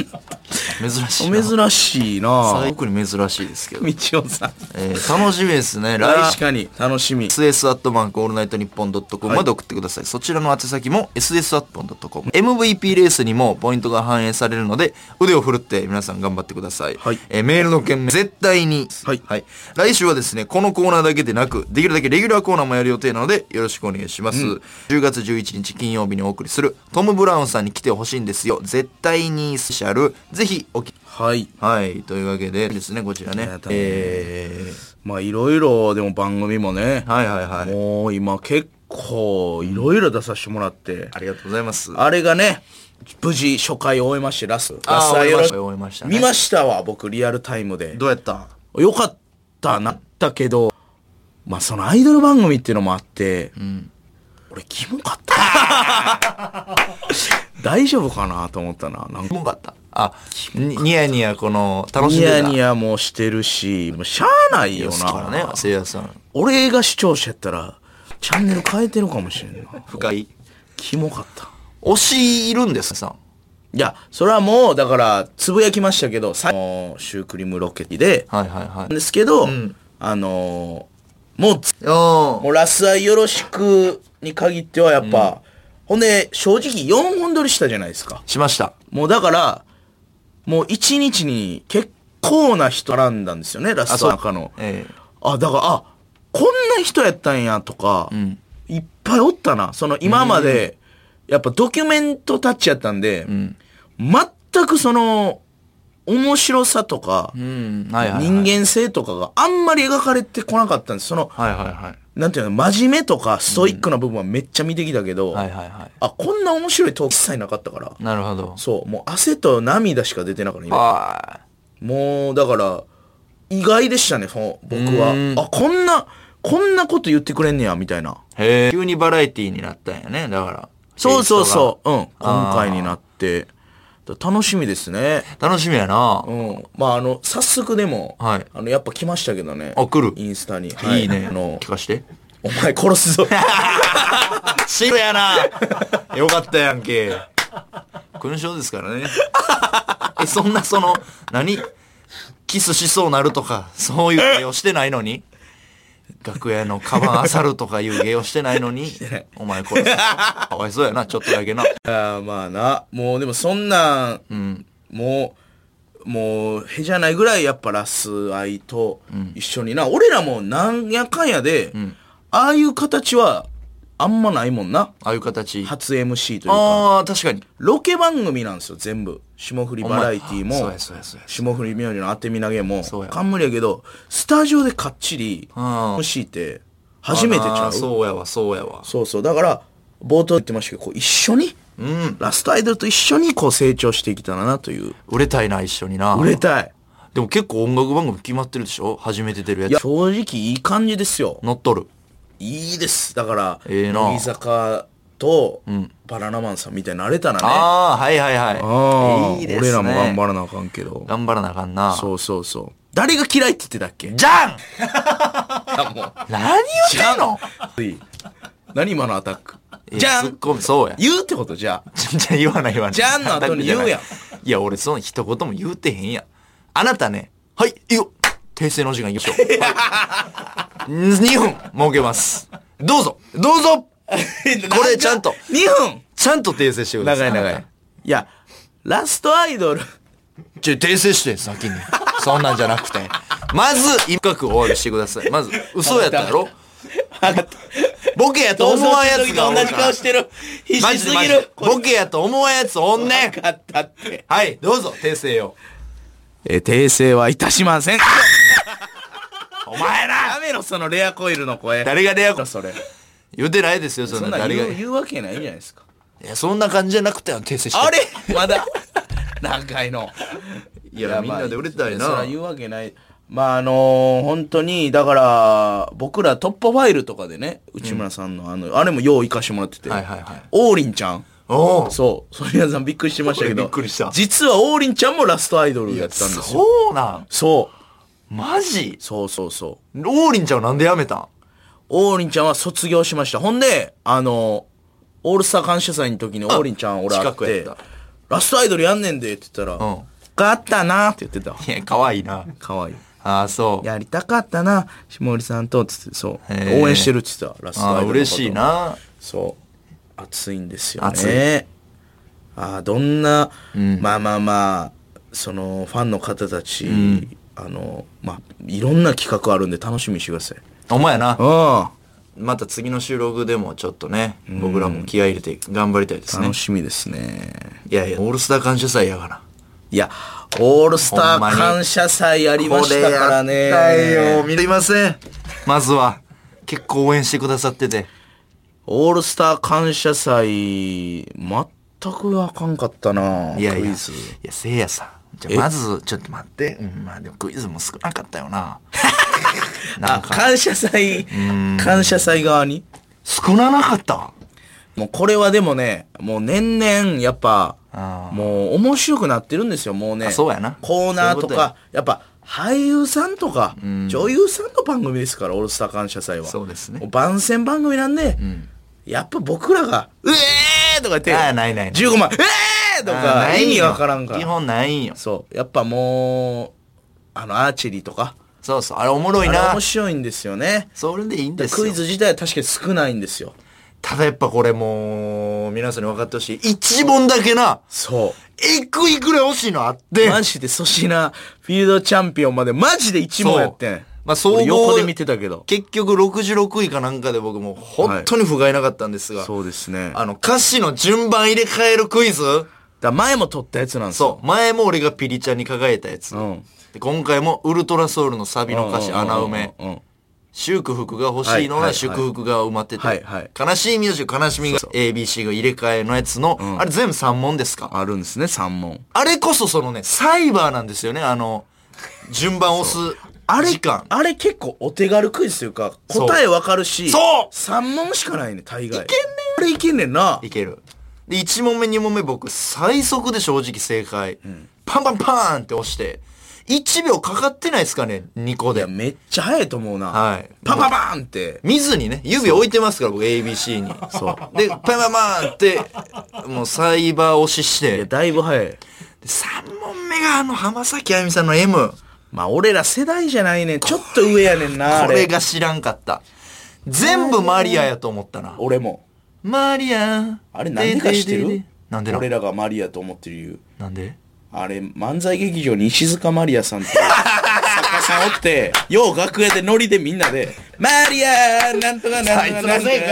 S1: 珍しいな
S2: 珍しいな
S1: 最後に珍しいですけど、
S2: みちお さん
S1: えー楽しみですね来
S2: 確
S1: 週
S2: かに楽しみ
S1: SS アットマークオールナイトニッポンドットコムまで送ってください、そちらの宛先も SS アットマークドットコム MVP レースにもポイントが反映されるので腕を振るって皆さん頑張ってください、
S2: はい
S1: えーメールの件名絶対に
S2: はい
S1: 来週はですねこのコーナーだけでなくできるだけレギュラーコーナーもやる予定なのでよろしくお願いします、10月11日金曜日にお送りするトム・ブラウンさんに来てほしいんですよ絶対にスペシャルぜひおき
S2: はい
S1: はいというわけでですねこちらね
S2: や多分
S1: え
S2: まあいろいろでも番組もね、
S1: ー、はいはいはい
S2: もう今結構いろいろ出させてもらって、
S1: ありがとうございます
S2: あれがね無事初回終えましてラスト
S1: あー
S2: ラ
S1: 終えまし
S2: スト
S1: た
S2: よろ
S1: 終えましたね
S2: 見ましたわ僕リアルタイムで
S1: どうやった
S2: よかったなったけどまあそのアイドル番組っていうのもあって、俺キモかった 大丈夫かなと思ったななんか
S1: キモかったあにニヤニヤこの楽しん
S2: ニ
S1: でた
S2: ヤニヤもしてるしもうしゃあないよ
S1: 好き
S2: な
S1: からねせいやさん
S2: 俺が視聴者やったらチャンネル変えてるかもしれんな
S1: 深い
S2: キモかった
S1: 推しいるんですかさん
S2: いやそれはもうだからつぶやきましたけどさあのシュークリームロケで、
S1: はいはいは
S2: なん
S1: い
S2: ですけど、
S1: ん
S2: あのーもうつ
S1: お
S2: もうラスアイよろしくに限ってはやっぱ、ほんで正直4本撮りしたじゃないですか
S1: しました
S2: もうだからもう1日に結構な人絡んだんですよねラストの中の
S1: ええ
S2: あだからあこんな人やったんやとか、
S1: ん
S2: いっぱいおったなその今まで、やっぱドキュメントタッチやったんで、
S1: ん
S2: 全くその面白さとか、
S1: うんはいはいはい
S2: 人間性とかがあんまり描かれてこなかったんですその
S1: はいはいはい
S2: なんていうの真面目とかストイックな部分はめっちゃ見てきたけど、
S1: はいはいは
S2: あこんな面白いトーク一切なかったから
S1: いなるほど
S2: そうもう汗と涙しか出てなかった今
S1: は
S2: もうだから意外でしたねその僕
S1: うーん
S2: はあこんなこんなこと言ってくれんねやみたいない
S1: へえ急にバラエティーになったんやねだから
S2: そうそう
S1: テイスト
S2: そううん今回になってだから楽しみですね
S1: が楽しみやな
S2: うんまああの早速でも、
S1: はい
S2: あのやっぱ来ましたけどね
S1: あ来る
S2: インスタに、はい
S1: いね
S2: あの
S1: 聞かして
S2: お前殺すぞ
S1: シルやなよかったやんけ勲章ですからねえそんなその何キスしそうなるとかそういう芸をしてないのに楽屋のカバンあさるとかいう芸をしてないのに
S2: ない
S1: お前これかわいそうやなちょっとだけな
S2: あーまあなもうでもそんなん、もうもうへじゃないぐらいやっぱラス愛と一緒にな、俺らもなんやかんやで、ああいう形はあんまないもんな
S1: ああいう形
S2: 初 MC というか
S1: ああ確かに
S2: ロケ番組なんですよ全部霜降りバラエティ
S1: お前そう
S2: も
S1: やそうやそうや
S2: 霜降り明星の当て身投げも
S1: そうや
S2: 冠やけどスタジオでかっちり
S1: うん
S2: MC って初めてち
S1: あ
S2: ゃ
S1: ー
S2: う
S1: そうやわそうやわ
S2: そうそう。だから、冒頭言ってましたけど、こう一緒に、
S1: ん
S2: ラストアイドルと一緒にこう成長していけたらなという。
S1: 売れたいな一緒にな
S2: 売れたい。
S1: でも結構音楽番組決まってるでしょ初めて出るや
S2: いや、
S1: つ
S2: 正直いい感じですよ。
S1: 乗っとる
S2: いいです。だから、
S1: ええな
S2: 乃木坂と、バナナマンさんみたいになれたらね。あ
S1: ああはいはい
S2: あ
S1: は
S2: ー、
S1: いいいですね
S2: 俺らも頑張らなあかんけど。
S1: 頑張らなあかんな
S2: そうそうそう。誰が嫌いって言ってたっけ
S1: じゃん
S2: もう。
S1: 何言ってんの
S2: つい何今のアタック。
S1: いや
S2: じゃ
S1: ツッ
S2: ん
S1: コミそうや
S2: 言うってことじ ゃあ。
S1: じゃじゃ言わない言わない
S2: じゃんの後に言うやん
S1: いや俺その一言も言うてへんやんあなたねはいいいよ訂正の時間いきましょう、はい、2分設けますどうぞどうぞこれちゃんと
S2: 2分
S1: ちゃんと訂正してくださ
S2: 長
S1: い
S2: い長い。いや、ラストアイドル。
S1: ちょ訂正して先に そんなんじゃなくてまず一角を終わりしてくださいまず嘘やったやろボケやと思わんやつがおるから
S2: してる。必
S1: マジでマジでボケやと思わんやつおんねん
S2: かったって。
S1: はい、どうぞ、訂正を。
S2: えー、訂正はいたし ません。
S1: お前
S2: や
S1: ら
S2: めろ、そのレアコイルの声。
S1: 誰がレアコ
S2: それ。
S1: 言うてないですよ、そ
S2: そ
S1: ん
S2: ん
S1: な
S2: なん
S1: 誰が。
S2: 言う
S1: い
S2: 言うわけないじゃないですか。
S1: や、そんな感じじゃなくて、訂正して。
S2: あれ まだ。長いの。
S1: いや、みんなで売れたい
S2: そ
S1: な
S2: ら。言うわけない。まああのー本当に、だから、僕らトップファイルとかでね、内村さんのあの、あれもよう行かしてもらってて。
S1: はいはいはい
S2: 王林ちゃん。
S1: おう
S2: そう。ソニアさんびっくりしてましたけど。
S1: びっくりした
S2: 実は王林ちゃんもラストアイドルやってたんですよ。
S1: そうなん
S2: そう。
S1: マジ
S2: そうそうそう。
S1: 王林ちゃんはなんで辞めたん
S2: 王林ちゃんは卒業しました。ほんで、あの、オールスター感謝祭の時に王林ちゃん俺会っ
S1: 近くや
S2: て
S1: った、
S2: ラストアイドルやんねんでって言ったら、
S1: ん
S2: よかったなって言ってたわ。
S1: いや、可愛いな。
S2: かわいい。
S1: ああ、そう。
S2: やりたかったな、下森さんと、つって、そう
S1: へ。ー
S2: 応援してるって言ってた、ラスト
S1: あ
S2: アイ
S1: あ、
S2: ドルのこと
S1: 嬉しい。な。
S2: そう。熱いんですよ
S1: 熱
S2: ね。ああ、どんな、まあまあまあ、その、ファンの方たち、あの、まあ、いろんな企画あるんで楽しみにしてください。
S1: お前やな。
S2: あ
S1: また次の収録でもちょっとね、僕らも気合い入れて頑張りたいですね
S2: 楽。しみですね。
S1: いやいや、オールスター感謝祭やから。
S2: いや、オールス
S1: ほ
S2: ター
S1: んまに
S2: 感謝祭やりま
S1: これ
S2: したからね。
S1: やったよ。見れません。まずは、結構応援してくださってて。
S2: オールスター感謝祭、全くあかんかったない
S1: やい
S2: ク
S1: や、
S2: イ
S1: い
S2: ズ。
S1: や、せいやさん。じゃあ、まず、ちょっと待って。うん、まあでもクイズも少なかったよ な。な
S2: あ、
S1: んか、
S2: 感謝祭、感謝祭側に
S1: 少ななかった。
S2: もうこれはでもね、もう年々やっぱ
S1: あ、
S2: もう面白くなってるんですよ、もうね。
S1: あそうやな
S2: コーナーと
S1: そういうこ
S2: か、やっぱ俳優さんとか、女優さんの番組ですから、オールスター感謝祭は。
S1: そうですね
S2: も番宣番組なんで、やっぱ僕らが、うえーとか言って、
S1: あーないないない
S2: 15万、えーと
S1: あ
S2: か、
S1: ない
S2: 意
S1: よ
S2: 味わからんから。
S1: 基本ないんよ。
S2: そう。やっぱもう、あの、アーチェリーとか、
S1: そうそう、あれおもろ
S2: あ
S1: い
S2: れ
S1: な
S2: 面。白いんですよね。
S1: それでいいんですよ。
S2: クイズ自体は確かに少ないんですよ。
S1: ただやっぱこれもう、皆さんに分かってほしい。一問だけな、
S2: そう。
S1: いくいくらい欲しいのあって。
S2: マジで粗品、フィールドチャンピオンまでマジで一問やって。
S1: そうんまあ総合
S2: 俺横で見てたけど。
S1: 結局66位かなんかで僕もう本当に不甲斐なかったんですが、
S2: そうですね。
S1: あの歌詞の順番入れ替えるクイズ
S2: だ前も撮ったやつなんですよ。
S1: そう。前も俺がピリちゃんに輝いたやつ。
S2: ん
S1: で今回もウルトラソウルのサビの歌詞
S2: うんうんうんうん
S1: 穴埋め。
S2: うん
S1: 祝福が欲しいの
S2: はいはいは
S1: が
S2: い
S1: 祝福が埋まってて。
S2: はいはい
S1: 悲しいミュージック、悲しみが ABC が入れ替えのやつの、あれ全部3問ですか
S2: あるんですね、三問。
S1: あれこそそのね、サイバーなんですよね、あの、順番押す。あれ時間。
S2: あれ結構お手軽クイズというか、
S1: そう
S2: 答えわかるし、
S1: そう
S2: 三問しかないね、大概。いけんねあれいけんねんな。
S1: いける。で、1問目、2問目僕、最速で正直正解。パンパンパーンって押して、1秒かかってないですかね、2個
S2: い
S1: で
S2: や、。めっちゃ早いと思うな。
S1: はい
S2: パンパンパーンって。
S1: 見ずにね、指置いてますから、僕 ABC に。そう。で、パンパンパンって、もうサイバー押しし
S2: いや、
S1: て、
S2: だいぶ早い。
S1: 3問目があの浜崎あゆみさんの M。
S2: まあ、俺ら世代じゃないねん。ちょっと上やねんな、あ
S1: これ
S2: れ。
S1: が知らんかった。全部マリアやと思ったな。
S2: 俺も。
S1: マリア。
S2: あれなんでか知ってる
S1: なんでな
S2: 俺らがマリアと思ってる理由。
S1: なんで
S2: あれ、漫才劇場に石塚マリアさんと、作家さんおって、よう楽屋でノリでみんなで、マリアなんとかなんとかなんとか、マリアってや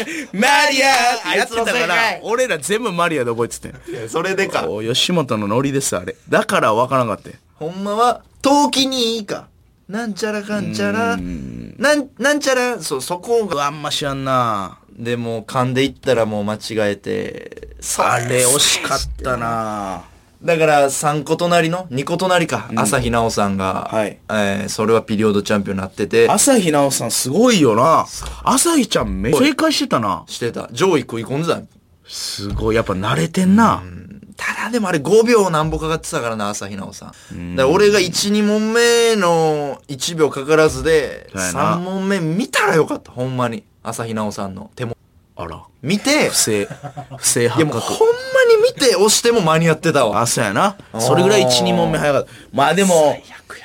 S2: ってた
S1: あいつの
S2: か
S1: 正
S2: ら
S1: 解、
S2: 俺ら全部マリアで覚えててん。
S1: それでか。
S2: お吉本のノリです、あれ。だからわからんかってん。
S1: ほんまは、陶器にいいか。なんちゃらかんちゃら。なん、なんちゃら、そう、そこ
S2: う
S1: が。
S2: わあんま知らんな
S1: で、もう噛んでいったらもう間違えて、
S2: あ
S1: さ
S2: れ惜しかったな
S1: だから3個隣の2個隣か、朝日奈央さんが、
S2: はい
S1: えーそれはピリオドチャンピオンになってて
S2: 朝日奈央さんすごいよな朝日ちゃんめっちゃ正解してたな
S1: してた上位食い込んでた
S2: すごいやっぱ慣れてんな
S1: ただでもあれ5秒なんぼかかってたからな朝日奈央さんだから俺が12問目の1秒かからずで
S2: そうやな
S1: 3問目見たらよかったほんまに朝日奈央さんの手も
S2: あら
S1: 見て
S2: 不正不正
S1: いや
S2: 発
S1: もう
S2: 覚
S1: ほんまに見て押しても間に合ってたわ
S2: あそうやな
S1: ー
S2: それぐらい12問目早かったまあでも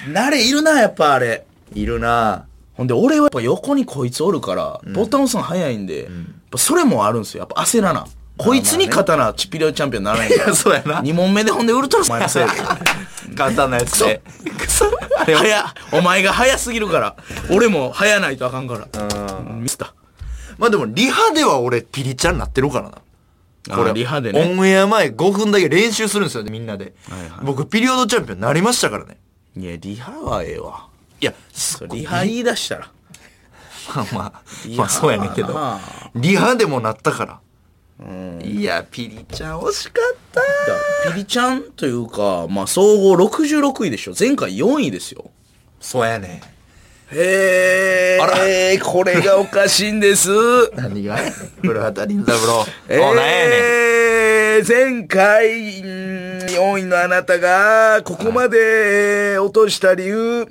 S2: 慣れいるなやっぱあれ
S1: いるな
S2: ほんで俺はやっぱ横にこいつおるから、ボタン押すの早いんで、やっぱそれもあるんですよやっぱ焦らなこいつに勝たな、チピリオチャンピオンになら ないから。
S1: そうやな
S2: 2問目でほんでウルトラスお前のせいで。
S1: 簡単なやつで
S2: くそ 早お前が早すぎるから俺も早ないとあかんからミスった
S1: まあでもリハでは俺ピリちゃんなってるからな
S2: これリハでね
S1: オンエア前5分だけ練習するんですよねみんなで、僕ピリオドチャンピオンになりましたからね
S2: いやリハはええわ
S1: いやそ
S2: それリハ言い出したら
S1: まあまあ
S2: リハ
S1: まあそうやねんけど
S2: なあ
S1: リハでもなったからいやピリちゃん惜しかった
S2: だピリちゃんというかまあ総合66位でしょ前回4位ですよ
S1: そうやね
S2: へ
S1: あら
S2: えこれがおかしいんです
S1: 何が 古畑任三郎
S2: え
S1: おなんやねん
S2: ー前回ん4位のあなたがここまでえー落とした理 由、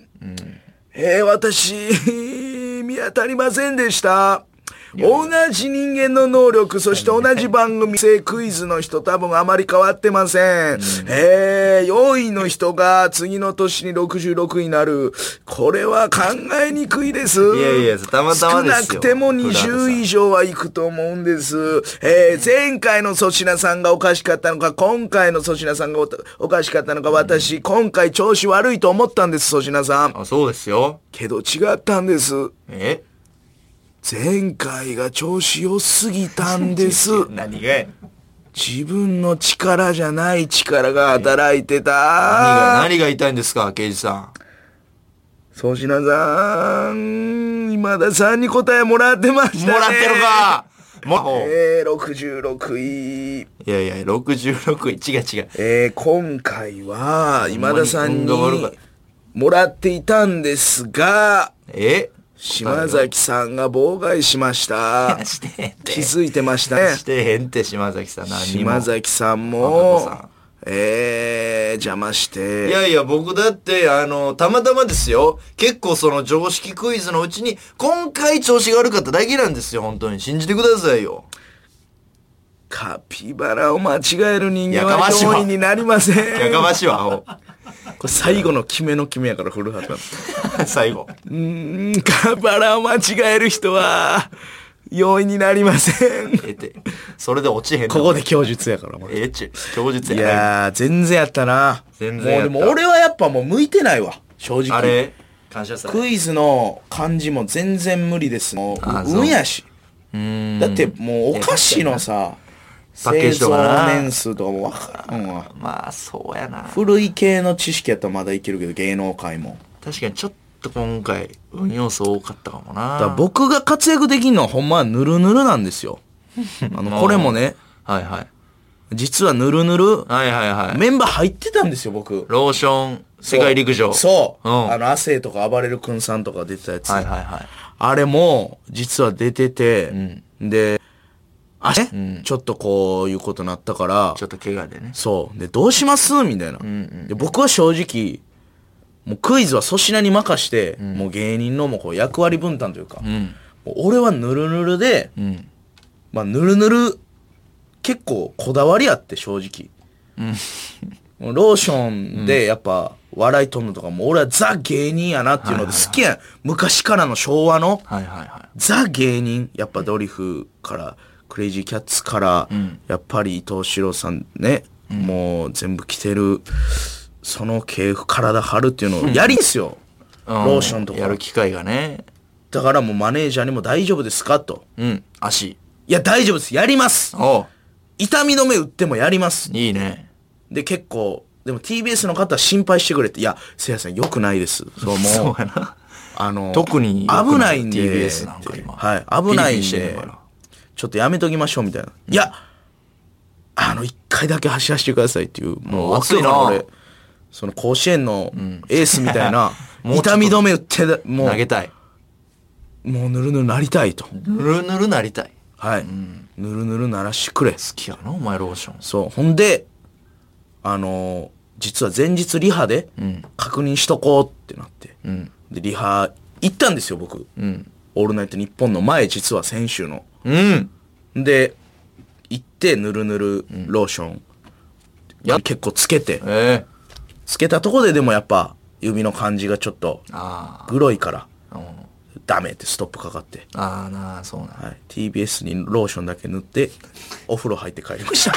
S2: えー私見当たりませんでした同じ人間の能力、そして同じ番組性クイズの人多分あまり変わってません。えー、4位の人が次の年に66位になる。これは考えにくいです。
S1: いやいやたまたまですよ
S2: 少なくても20位以上はいくと思うんです。えー、前回の粗品さんがおかしかったのか、今回の粗品さんがおおかしかったのか、私、今回調子悪いと思ったんです、粗品さん。
S1: あ、そうですよ。
S2: けど違ったんです。
S1: え
S2: 前回が調子良すぎたんです。
S1: 何がや
S2: 自分の力じゃない力が働いて
S1: 何が、
S2: た。
S1: 何が痛いんですか、刑事さ
S2: 粗品さん、今田さんに答えもらってまし
S1: ん。
S2: た
S1: も
S2: ね。
S1: らってるかもう。
S2: えー、66位。
S1: いやいや、66位。違う違う。
S2: えー、今回は、今田さん
S1: 運動悪か
S2: に
S1: った
S2: もらっていたんですが、
S1: え
S2: 島崎さんが妨害しま した。
S1: してへんて。
S2: 気づいてましたね。
S1: してへんて、島崎さん。何にも
S2: 島崎さん
S1: 和歌子
S2: も
S1: さん、
S2: えー、邪魔し
S1: い
S2: て、
S1: やいや、僕だって、あの、たまたまですよ。結構その常識クイズのうちに、今回調子が悪かっただけなんですよ、本当に。信じてくださいよ。
S2: カピバラを間違える人間
S1: やかま
S2: は
S1: しいわ
S2: 上位になりません。
S1: やかましいわ、アホ。
S2: これ最後の決めの決めやから古畑。
S1: 最後。
S2: うん、カピバラを間違える人は、容易になりません。
S1: ええって。それで落ちへんの
S2: ここで。供述やから、お前
S1: ええっちゅ、供述
S2: い
S1: やな
S2: やー、全然やったな。
S1: 全然やった
S2: もうでも俺はやっぱもう向いてないわ。正直。
S1: あれ感謝され。
S2: クイズの漢字も全然無理です。も
S1: あ
S2: う、
S1: そう
S2: 運やし。
S1: うーん。
S2: だってもうお菓子のさ、
S1: パッケー
S2: 製
S1: ジと
S2: 造
S1: かな
S2: 年数とかもわからんわ。
S1: まあ、そうやな。
S2: 古い系の知識やったらまだいけるけど、芸能界も。
S1: 確かにちょっと今回、運要素多かったかも
S2: だから
S1: な。
S2: 僕が活躍できるのはほんまはぬるぬるな んですよ。あの、これもね、
S1: はいはい。
S2: 実はぬるぬる、
S1: はいはいはい。
S2: メンバー入ってたんですよ、僕。
S1: ローション、世界陸上。
S2: そう。
S1: うん
S2: あの、亜生とか暴れる君さんとか出てたやつ。
S1: はいはいはい。
S2: あれも、実は出てて、で、あれ、ちょっとこういうことなったから
S1: ちょ、っと怪我でね。
S2: そう。で、どうしますみたいな、で。僕は正直、もうクイズは粗品に任して、もう芸人のもうこう役割分担というか、もう俺はぬるぬるで、
S1: ん
S2: まあぬるぬる、結構こだわりあって正直。もうローションでやっぱ笑いとんのとかもう俺はザ芸人やなっていうので好きやん。昔からの昭和の。
S1: はいはいは
S2: ザ芸人やっぱドリフからクレイジーキャッツから、やっぱり伊藤四郎さんね、もう全部着てるその系譜体張るっていうのをやりですよ、
S1: い。 うん
S2: ローションと
S1: や
S2: か
S1: る機会がね。
S2: だからもうマネージャーにも大丈夫ですかと
S1: うん。足。
S2: いや大丈夫ですやります
S1: おう
S2: 痛み止め打ってもやります
S1: いいね。
S2: で結構でも TBS の方は心配してくれっていやせいやさんよくないですそう
S1: そ
S2: も
S1: う
S2: う
S1: やな。
S2: あの
S1: 特に良く
S2: 危ないんで
S1: TBS なんか今。
S2: はい危ない
S1: ピリピ
S2: んで
S1: リしてんねんから
S2: ちょっとやめときましょうみたいな。いや、あの、一回だけ走らせてくださいっていう、も
S1: お
S2: う、
S1: ー
S2: わけわからん
S1: 熱いな
S2: 俺、その甲子園のエースみたいな、
S1: もうちょっと
S2: 痛み止め打ってだ、も
S1: 投げ
S2: う、
S1: たい。
S2: もうぬるぬるなりたいと。
S1: ぬるぬるなりたい。好
S2: はい。ぬるぬるならしてくれ。
S1: きやな、お前ローション。
S2: そう。ほんで、あのー実は前日リハで、確認しとこうってなって。で、リハ行ったんですよ、僕。オールナイト日本の前、実は先週の。
S1: うん。
S2: で行ってぬるぬるローション、
S1: や
S2: 結構つけて
S1: ええ
S2: つけたとこででもやっぱ指の感じがちょっと
S1: あ
S2: グロいから
S1: あ。うん
S2: ダメってストップかかって、
S1: ああなあ、そうなん。
S2: はい、TBS にローションだけ塗ってお風呂入って帰りました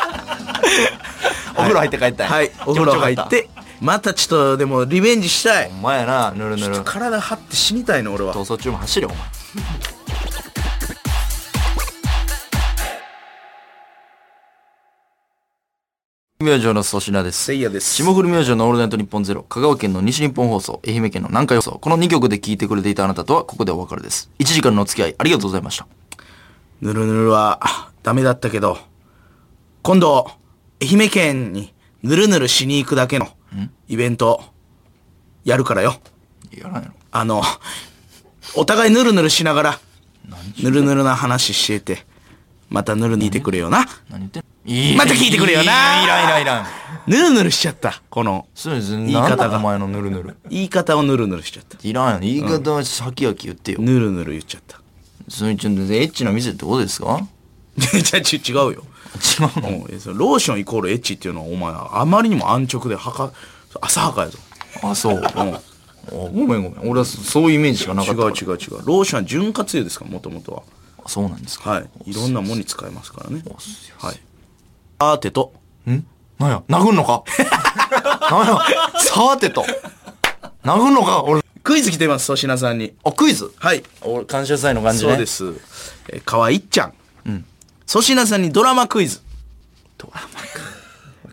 S1: お風呂入って帰ったんや
S2: はいお風呂
S1: 気
S2: 入。
S1: 持
S2: っ
S1: ちよか
S2: てまたちょっとでもリベンジした
S1: た
S2: い
S1: お前やな、ぬるぬる。
S2: 体張って死にたいの俺は
S1: 逃走中も走れ、お前。明星の粗品です。
S2: せいやです
S1: 霜降り明星のオールナイトニッポンゼロ、香川県の西日本放送、愛媛県の南海放送、この2曲で聴いてくれていたあなたとはここでお別れです。1時間のお付き合いありがとうございました。
S2: ぬるぬるはあダメだったけど、今度、愛媛県にぬるぬるしに行くだけのイベント、やるからよ。
S1: やらんやろ。
S2: あの、お互いぬるぬるしながら、ぬるぬるな話してて、またぬるにいてくれよな。
S1: 何言ってんのいい
S2: また聞いてくれよない
S1: らんいらんいらん。
S2: ぬるぬるしちゃった。この、
S1: そうです
S2: 言い方が
S1: なんだお前のぬるぬる。
S2: 言い方をぬるぬるしちゃった。
S1: いらんやん。言い方は先々言ってよ。
S2: ぬるぬる言っちゃった。
S1: それちょっとエッチな店ってことですか
S2: じゃあち違うよ
S1: 違うの
S2: うんえそのローションイコールエッチっていうのはお前あまりにも安直ではか浅はかやぞ、
S1: あ、そう。
S2: う
S1: あ
S2: ん、
S1: ごめんごめん。俺はそそういうイメージしかな
S2: 違
S1: か
S2: う
S1: ったから。
S2: 違う違うローションは潤滑油ですからもともとは
S1: あそうなんですか。
S2: はいいろんなものに使えますからね
S1: おすよ
S2: はいアーテと
S1: んなんや殴んの かなんやさーてと。殴んのか俺。
S2: クイズ来てます粗品さんに
S1: あ、クイズ
S2: はい
S1: 俺、感謝祭の感じね。
S2: そうで。すえー河合いっちゃん粗品さんにドラマクイズ
S1: ド ラ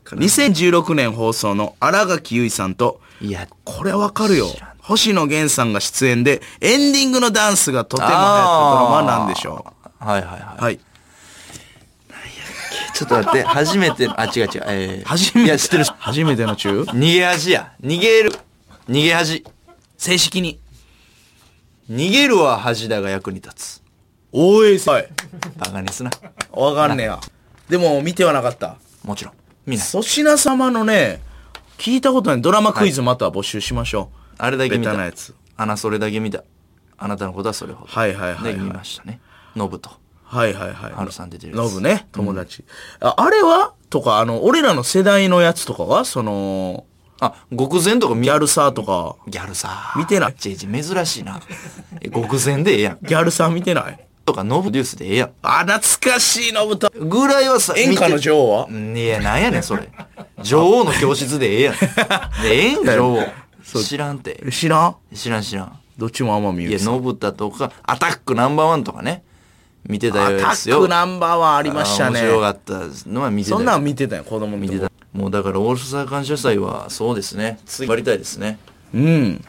S2: 2016年放送の新垣結衣さんと
S1: いや、
S2: これわかるよ星野源さんが出演でエンディングのダンスがとても流行ったドラマなんでしょう
S1: はいはいはい。
S2: はい。
S1: ちょっと待って、初めての、あ、違う違う、えー、
S2: 初めて。
S1: いや、知ってる。
S2: 初めての中
S1: 逃げ恥や。逃げる。逃げ恥。
S2: 正式に。
S1: 逃げるは恥だが役に立つ。
S2: おい、はい。
S1: バカにすな。
S2: わかんねえや。でも、見てはなかった。
S1: もちろん。見ない。
S2: 粗品様のね、聞いたことないドラマクイズまた募集しましょう。
S1: あれだけ見
S2: ベ
S1: た。
S2: タなやつ。
S1: あな、それだけ見た。あなたのことはそれほど。
S2: はいはいはいはい
S1: で、見ましたね。ノブと。
S2: はいはいはい。
S1: ハルさん出てるや
S2: ノ
S1: つ
S2: ブね、友達。ああれはとか、あの、俺らの世代のやつとかはその、
S1: あ、極前とか見
S2: ギャルサーとか、
S1: ギャルさ。
S2: 見てない
S1: ちいち珍しいな。え極前でええやん。
S2: ギャルサー見てない
S1: とか、ノブデュースでええや
S2: あ、懐かしい、ノブと。
S1: ん。ぐらいはさ、
S2: 演歌の
S1: 王。
S2: 女王は
S1: うんいや、なんやねん、それ。女王の教室でええやん。でえ えんか、女王。知らんて。
S2: 知らん
S1: 知らん知らん。
S2: どっちも天海
S1: い
S2: 祐
S1: や、
S2: 希さん。
S1: ノブタとか、アタックナンバーワンとかね。見てた
S2: ア
S1: よ
S2: タ
S1: やつよ。
S2: ックナンバーワンありましたね
S1: あ。ー面白かったのは見てた
S2: そ
S1: よ
S2: んなん見てたよ、子供の
S1: 見て
S2: 時。
S1: た。もうだから、大阪感謝祭は、そうですね。次、張りたいですね。
S2: うん。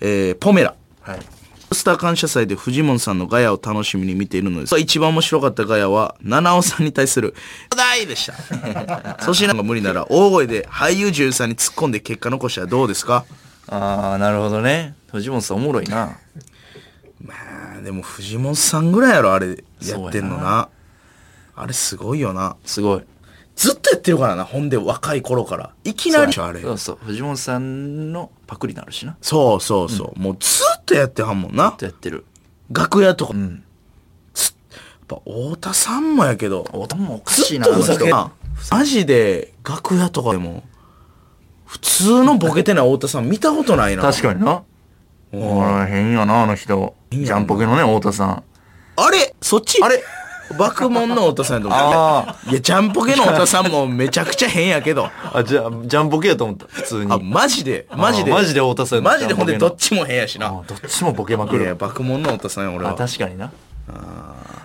S2: えー、ポメラ。
S1: はい。
S2: スター感謝祭でフジモンさんのガヤを楽しみに見ているのです。一番面白かったガヤは、七尾さんに対する、大でした。 粗品が無理なら、大声で俳優女優さんに突っ込んで結果残したらどうですか
S1: ああ、なるほどね。藤本さんおもろいな。
S2: まあ、でも藤本さんぐらいやろ、あれ、やってん
S1: そ
S2: の
S1: うや
S2: な。あれすごいよな。
S1: すごい。
S2: ずっとやってるからな、ほんで若い頃から。いきなり、あれ。
S1: そうそう藤本さんのパクリなるしな
S2: そうそうそう。もうずっとやってはんもんな
S1: と。やってる
S2: 楽屋とか。
S1: ん
S2: つやっぱ、太田さんもやけど。
S1: おたもおかし
S2: ず
S1: い
S2: っ
S1: なあ
S2: と
S1: の
S2: ふざ
S1: 人
S2: けマジで、楽屋とかでも、普通のボケてない太田さん見たことないな。
S1: 確かになあら変やなあの人ジャンポケのね太田さん
S2: あれそっち
S1: あれ
S2: 爆問の太田さんやと思
S1: あ
S2: った。いや、ジャンポケの太田さんもめちゃくちゃ変やけど。
S1: あじゃあジャンポケやと思った普通に
S2: あ、マジで、マジで。
S1: あマジで太田さんやと
S2: マジでほんでどっちも変やしな
S1: あ。どっちもボケまく
S2: いやいや、
S1: る
S2: 爆問の太田さんや、俺
S1: あ
S2: は。
S1: 確かにな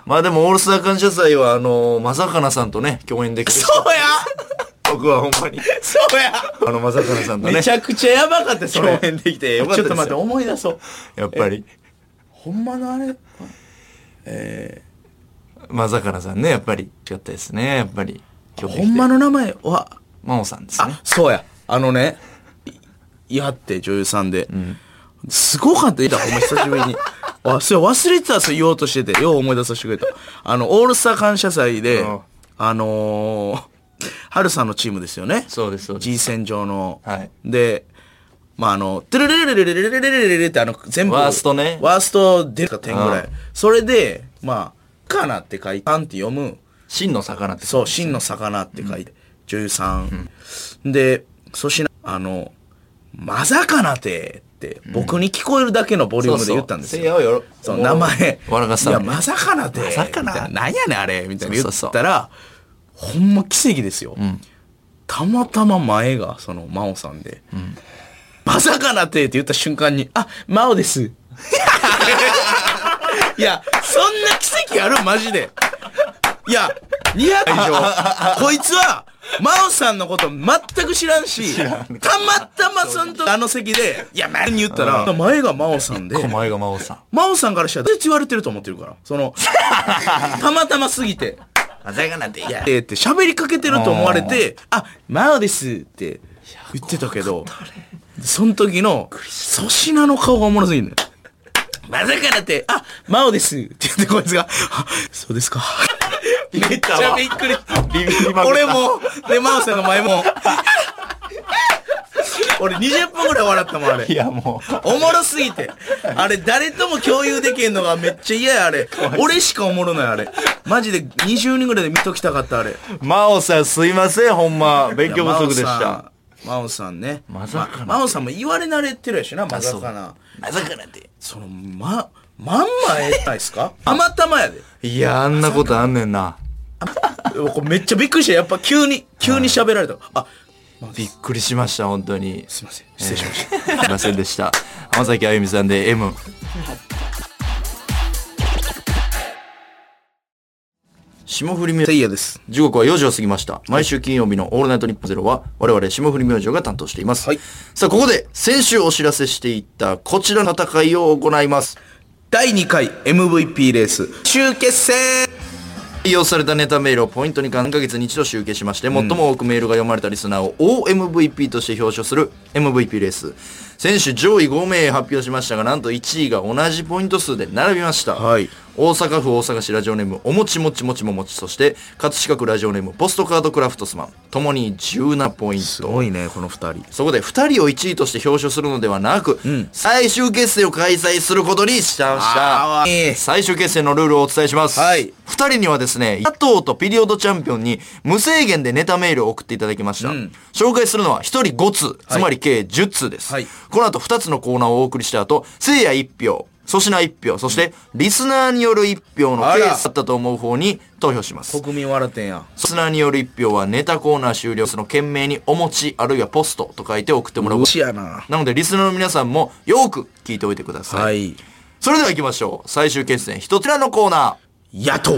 S1: まあでも「オールスター感謝祭」はあのまさかなさんとね共演できる
S2: そうや
S1: 僕はほんまに
S2: そうや
S1: あのまさかなさんとね
S2: めちゃくちゃやばかった、それ。
S1: 共演できてよかった
S2: ちょ
S1: で
S2: っ
S1: すよ
S2: と待って、思い出そう。
S1: やっぱり
S2: ほんまのあれ、
S1: まさかなさんねやっぱり違ったですねやっぱり今日
S2: ほんまの名前は、
S1: 真央さんですね
S2: あ、そうや。あのね、いやって女優さんで。すごかった、いた、ほんま久しぶりに。あ、そうや、忘れてた、そう言おうとしてて。よう思い出させてくれた。あの、オールスター感謝祭で
S1: うん、
S2: あのー、ハルさんのチームですよね。
S1: そうですそうです
S2: G 戦上の。
S1: はい
S2: で、まああの、トゥルルルルルルルルルルルルってあの、全部。
S1: ワーストね
S2: ワースト出るか点ぐら
S1: う
S2: い
S1: ん。
S2: それで、まあ、かなって書いて、パンって読む。
S1: 真の魚って
S2: そう、真の魚って書いて、女優さん。で、粗品、あの、まさかなてって、僕に聞こえるだけのボリュームで言ったんです
S1: そう
S2: よ。
S1: そうせやよろ
S2: そう名前。
S1: 笑かした
S2: い
S1: の
S2: や、
S1: に
S2: まさかなて。
S1: まさかな
S2: みたいなんやねん、あれ。みたいな言
S1: そうそうそ
S2: ったら、ほんま奇跡ですよ。たまたま前が、その、真央さんで。まさかなてって言った瞬間に、あ、真央です。 いや、そんな奇跡あるマジで。いや、200以上。こいつは、真央さんのこと全く知らんし、たまたまその時あの席で、いや、前に言ったら、前が真央さんで、
S1: 前が真央さん
S2: 真央さんからしたら、絶対言われてると思ってるから。そ の、たまたますぎて。
S1: まさかなっていや
S2: えーって喋りかけてると思われて、あ、マオですって言ってたけど、その時の粗品の顔がおもろすぎるのよ。まさかなって、あ、マオですって言ってこいつが、あそうですか。めっちゃびっくり。
S1: ビビりまくった
S2: 俺も、で、マオさんの前も、 俺20分ぐらい笑ったもん、あれ。
S1: やも
S2: おもろすぎて。あれ、誰とも共有できへんのがめっちゃ嫌や、あれ。俺しかおもろない、あれ。マジで20人ぐらいで見ときたかった、あれ。
S1: う真央さんすいませんほんま勉強不足でした。
S2: 真央さんね。
S1: まさかな
S2: ま真央さんも言われ慣れてるやしな、まさかな。
S1: まさかなんて
S2: その、ま、まんまええったいっす かたまたまやで。
S1: いやあんなことあんねんな
S2: これめっちゃびっくりして、やっぱ急に、急に喋られた。あ、まあ
S1: びっくりしました本当に
S2: すいません。失礼しました。
S1: すいませんでした浜崎あゆみさんで M 霜降り明星
S2: せいやです。
S1: 時刻は4時を過ぎました。毎週金曜日のオールナイトニッポンゼロは、我々霜降り明星が担当しています。
S2: はい
S1: さあ、ここで先週お知らせしていったこちらの戦いを行います。
S2: 第2回 MVP レース、終結戦
S1: 採用されたネタメールをポイントに3ヶ月に一度集計しまして、最も多くメールが読まれたリスナーを OMVP として表彰する MVP レース。選手上位5名発表しましたが、なんと1位が同じポイント数で並びました。
S2: はい
S1: 大阪府大阪市ラジオネームおもちもちもちももち、そして葛飾区ラジオネームポストカードクラフトスマン、ともに17ポイン
S2: す
S1: ト。
S2: ごいね、この二人。
S1: そこで2人を1位として表彰するのではなく、最終決戦を開催することにしました
S2: あー
S1: 最終決戦のルールをお伝えします、
S2: はい
S1: 2人にはですね野党とピリオドチャンピオンに無制限でネタメールを送っていただきました、紹介するのは1人5通、つまり計10通です、
S2: はい
S1: この後2つのコーナーをお送りした後せいや1票粗品1票そしてリスナーによる1票の
S2: あ
S1: ケ
S2: ら
S1: ースだったと思う方に投票します
S2: 国民笑ってんや。
S1: リスナーによる1票はネタコーナー終了時の件名にお持ちあるいはポストと書いて送ってもらう
S2: うちやな。
S1: なのでリスナーの皆さんもよく聞いておいてください、
S2: はい。
S1: それでは行きましょう最終決戦一つらのコーナ
S2: 野党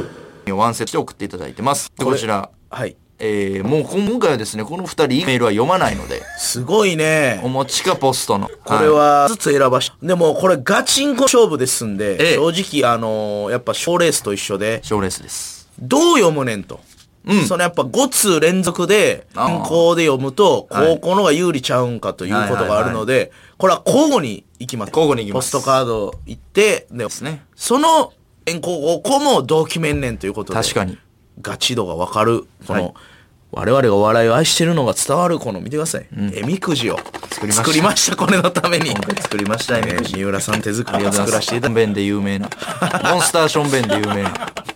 S1: ーをワンセットして送っていただいてますでこちら
S2: はい。
S1: えー、もう今回はですねこの2人メールは読まないのです
S2: ごいね
S1: お。持ちかポストの
S2: これは、ずつ選ばし。でも、これガチンコ勝負ですん
S1: ええ
S2: で、正直、あのーやっぱ賞レースと一緒で、
S1: 賞、レースです
S2: どう読むねんと。そのやっぱ5通連続で、
S1: あー
S2: 高校で読むと、高校のが有利ちゃうんかということがあるので、これは交互に行きます。
S1: 交互に行きます
S2: ポストカード行って、で
S1: ですね
S2: その、遠高校も同期面年ということで。
S1: 確かに。
S2: ガチ度がわかる。この、
S1: はい
S2: 我々がお笑いを愛してるのが伝わる、この、見てください。えみくじを
S1: 作りました
S2: 作りました、これのために。
S1: 作りました
S2: え
S1: ね
S2: ー三浦さん手作
S1: あ
S2: り
S1: りが
S2: を
S1: とうござい
S2: 作ら
S1: ます
S2: せ
S1: シ
S2: ていただ
S1: ョンベンで有名なモンスターションベンで有名な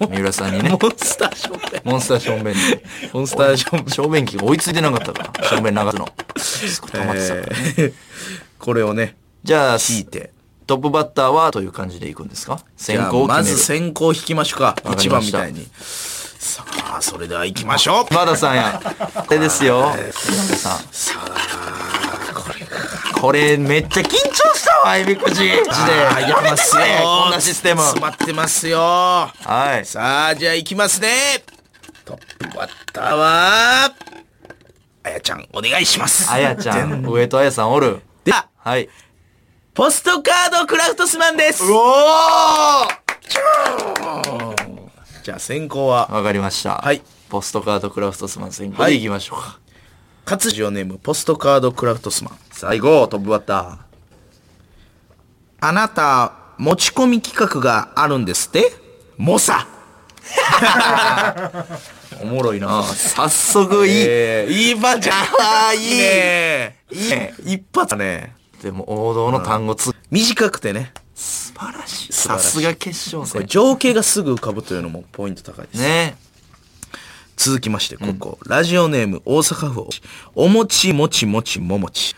S1: 三浦さんにね
S2: きモンスターショッ
S1: モンスターションベンで
S2: モンスターション
S1: ベン小便器が追いついてなかったから小便流すのすごい溜まってたから
S2: えー これをね、
S1: じゃあ、
S2: 引いて。
S1: トップバッターはという感じでいくんですか先
S2: じゃあ
S1: 行を決める。
S2: まず先行引きましょうか。
S1: かり
S2: 一
S1: ま
S2: 番
S1: し
S2: み
S1: た
S2: たいに。さあ、それでは行きましょう。
S1: 和田さんや。これですよ。和田さん。
S2: さあ、これか。
S1: これめっちゃ緊張したわ、えみくじ。マジで。
S2: あーやりますよ
S1: やめてくれ。こんなシステム。
S2: 詰まってますよ。
S1: はい。
S2: さあ、じゃあ行きますね。トップバッターは、あやちゃん、お願いします。
S1: あやちゃん、上戸あやさんおる。
S2: では、
S1: はい。
S2: ポストカードクラフトスマンです。
S1: お
S2: じゃあ先行は、
S1: わかりました。
S2: はい。
S1: ポストカードクラフトスマン先行でいきましょうか。
S2: 勝ジオネーム、ポストカードクラフトスマン。
S1: 最後、トップバッタ
S2: あなた、持ち込み企画があるんですって猛者
S1: ー。 おもろいな早速いい。
S2: えー、いいパンチ
S1: あーいい
S2: ね
S1: いいね
S2: 一発だね。
S1: でも王道の単語つ、
S2: 短くてね。
S1: 素晴らしい。
S2: 素晴
S1: さ
S2: らしい
S1: すが決勝
S2: これ
S1: 戦。
S2: 情景がすぐ浮かぶというのもポイント高いです。
S1: ね
S2: 続きまして、ここ、ラジオネーム大阪府おもちもちもちももち。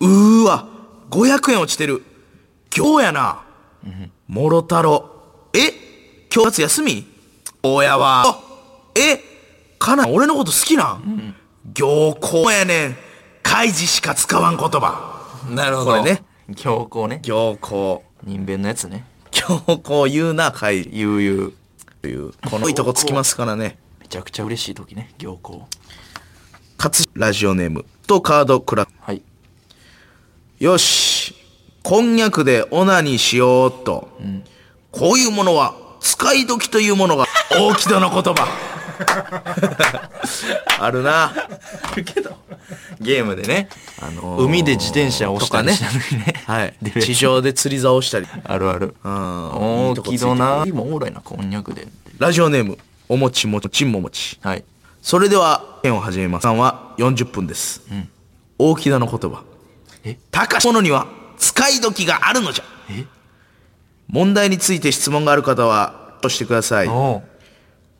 S2: うーわ、500円落ちてる。今日やな。もろたろ。え今日夏休み親は。あえかな、俺のこと好きなん行幸やねん。開示しか使わん言葉。
S1: なるほ
S2: ど
S1: これね。強行ね。
S2: 行幸。
S1: 人弁のやつね。
S2: 行幸言うな、開示。
S1: 悠々。
S2: という、このいいとこつきますからね。
S1: めちゃくちゃ嬉しい時ね。行行。
S2: かつ、ラジオネームとカードクラ
S1: はい。
S2: よし、こんにゃくでオナにしようっと。こういうものは、使い時というものが、大木戸の言葉。あ るな。
S1: ゲームでね。あ
S2: のー
S1: 海で自転車を押したり
S2: と
S1: し
S2: か
S1: た
S2: ね
S1: 時ね。
S2: はい
S1: 出。るやつ
S2: 地上で釣り竿をしたり。
S1: あるある。
S2: んい
S1: 大
S2: いとこ
S1: き
S2: ついてく
S1: ど
S2: る
S1: な。今おもろいな、こんにゃくで。
S2: ラジオネーム、おもちもちももち。
S1: はい。
S2: それでは、ペンを始めます。さんは40分です。大木戸の言葉。
S1: え
S2: 高し者には使い時があるのじゃ
S1: え
S2: 問題について質問がある方はとしてください
S1: おう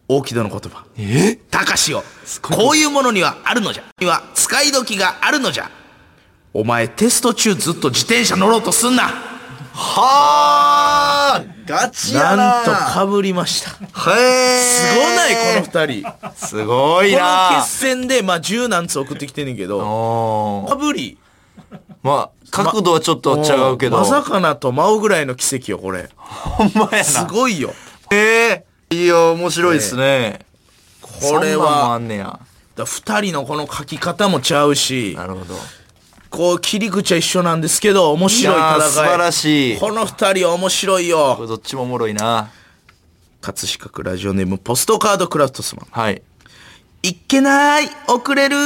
S2: 大木戸の言葉
S1: え
S2: 高しよ
S1: ごい
S2: こういうものにはあるのじゃには使い時があるのじゃお前テスト中ずっと自転車乗ろうとすんな
S1: はあガチやな
S2: なんとかぶりましたす
S1: へえ
S2: ごないこの二人こ
S1: のすごい
S2: の
S1: な
S2: 決戦でまあ十何つ送ってきてんねんけど
S1: おー
S2: かぶり
S1: まあ角度はちょっと違うけど
S2: まさかなと舞うぐらいの奇跡よこれ
S1: ほんまや
S2: す
S1: な
S2: ごいよ
S1: ええいや面白いですね
S2: こ
S1: そん
S2: れ
S1: なんもあ
S2: は
S1: んねや
S2: だ2人のこの書き方もちゃうし
S1: なるほど
S2: こう切り口は一緒なんですけど面白い
S1: いや
S2: 戦
S1: ー
S2: い
S1: 素晴らしい
S2: この2人面白い
S1: こ
S2: よ
S1: れどっちもおもろいな
S2: 葛飾区ラジオネームポストカードクラフトスマン
S1: はい
S2: いっけない遅れる、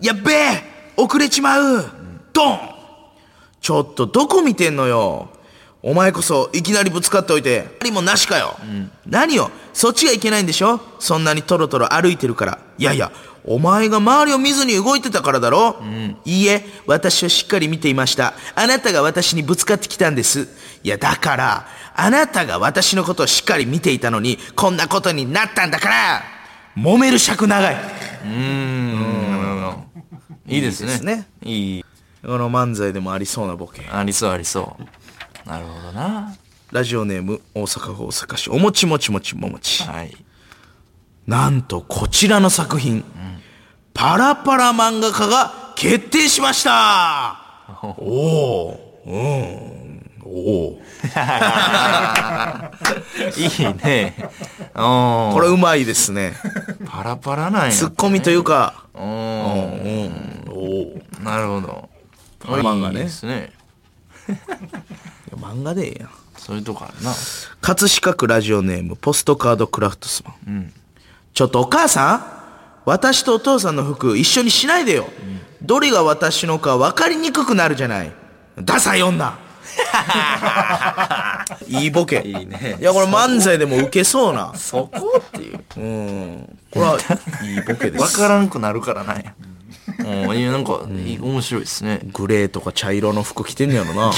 S2: やっべえ遅れちまう、ドンちょっとどこ見てんのよお前こそいきなりぶつかっておいて何もなしかよ、何よそっちがいけないんでしょそんなにトロトロ歩いてるからいやいやお前が周りを見ずに動いてたからだろ、いいえ私をしっかり見ていましたあなたが私にぶつかってきたんですいやだからあなたが私のことをしっかり見ていたのにこんなことになったんだから揉める尺長い
S1: いいですね
S2: いいですね
S1: いい
S2: この漫才でもありそうなボケ
S1: ありそうありそうなるほどな
S2: ラジオネーム大阪府大阪市おもちもちもちももち
S1: はい
S2: なんとこちらの作品、パラパラ漫画家が決定しましたおおーうんおお
S1: いいねうん
S2: これうまいですね
S1: パラパラなんや
S2: ツッコミというか
S1: うん
S2: おお
S1: なるほど
S2: パラ漫画ね
S1: いいですね
S2: 漫画でええやん
S1: そういうとこあるな
S2: 葛飾区ラジオネームポストカードクラフトスマン、ちょっとお母さん私とお父さんの服一緒にしないでよ、どれが私のか分かりにくくなるじゃないダサい 女いいボケい
S1: いね
S2: やこれ漫才でもウケそうな
S1: そこっていう
S2: うんこれはいいボケで
S1: わ
S2: す
S1: からんくなるからなんやうんいやなんかいい面白いですね
S2: グレーとか茶色の服着てんねやろな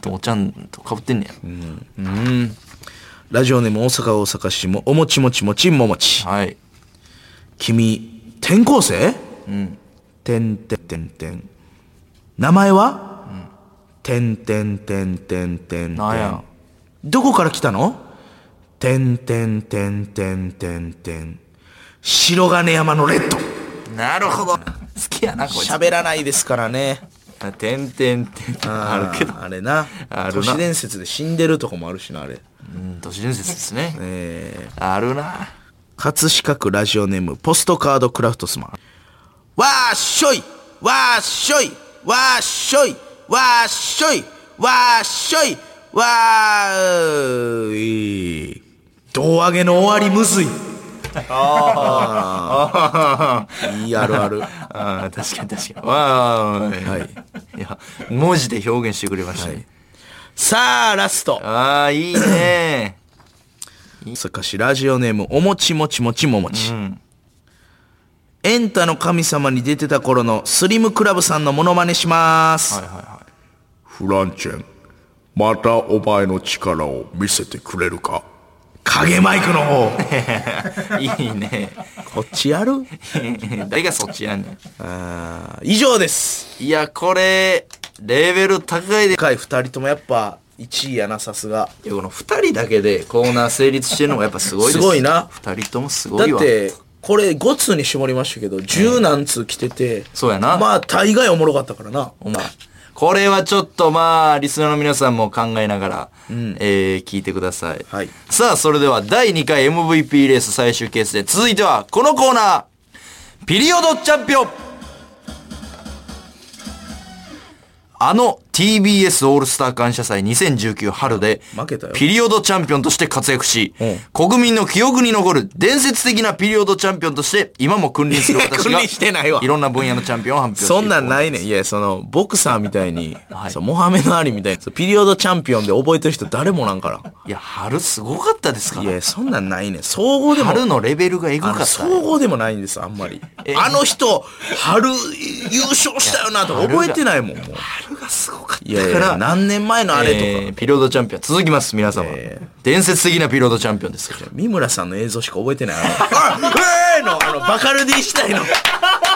S1: とおちゃんとかぶってんねや
S2: ラジオネーム大阪大阪市もおもちもちもちももち
S1: はい
S2: 君転校生てんてんてんてん名前は、てんてんてんてんてんて
S1: なんや
S2: んどこから来たのてんてんてんてんてんてん白金山のレッド
S1: なるほど好きやなこいつ
S2: 喋らないですからね
S1: あてんてんてんてんあるけど
S2: あれな
S1: ある
S2: 都
S1: な
S2: 市伝説で死んでるとこもあるしなあれ
S1: うん都市伝説ですね
S2: えー、
S1: あるな
S2: 葛飾区ラジオネームポストカードクラフトスマンわーっしょいわーっしょいわーっしょいわーっしょいわーっしょいわーい胴上げの終わりむずいいいあるある
S1: あー確かに確かに わーい、
S2: はい
S1: いや文字で表現してくれましたね、
S2: さあラスト
S1: ああいい ね
S2: 大阪市ラジオネームおもちもちもちももち、
S1: ん
S2: エンタの神様に出てた頃のスリムクラブさんのモノマネします、
S1: はいは
S3: フランチェン、またお前の力を見せてくれるか
S2: 影マイク の方
S1: いはいいいね
S2: こっちやる
S1: 誰がそっちやんねん
S2: あー以上です
S1: いや、これ、レベル高いで。
S2: でかい2人ともやっぱ1位やなさすが
S1: いやこの二人だけでコーナー成立してるのがやっぱすごいです。
S2: すごいな
S1: 二人ともす
S2: だ
S1: ごい
S2: っ
S1: わ。
S2: てこれ5通に絞りましたけど十何通来てて
S1: そうやな
S2: まあ大概おもろかったからな
S1: お前。これはちょっとまあ、リスナーの皆さんも考えながら、えー聞いてください。
S2: はい
S1: さあ、それでは第2回 MVP レース最終ケースで、続いてはこのコーナー、ピリオドチャンピオンあの TBS オールスター感謝祭2019春で
S2: 負けたよ
S1: ピリオドチャンピオンとして活躍し
S2: うん、
S1: 国民の記憶に残る伝説的なピリオドチャンピオンとして今も君臨する私
S2: 君
S1: が
S2: 臨してないわ
S1: いろんな分野のチャンピオンを発表していく
S2: そんなんないねん。いや、その、ボクサーみたいに、
S1: はい
S2: そうモハメド・アリみたいに、そうピリオドチャンピオンで覚えてる人誰もなんか。
S1: いや春すごかったですからら
S2: いや、そんなんないねん。総合でも。
S1: 春のレベルがエグ
S2: あ
S1: かっ
S2: の
S1: た
S2: 総合でもないんです、あんまり。あの人、春優勝したよなとか覚えてないもん、もう。
S1: 春がすごかった
S2: いやいや、何年前のあれとか。
S1: えーピリオドチャンピオン続きます皆様、伝説的なピリオドチャンピオンですから
S2: 三村さんの映像しか覚えて ない。あのあえーの、あの、バカルディ死体の、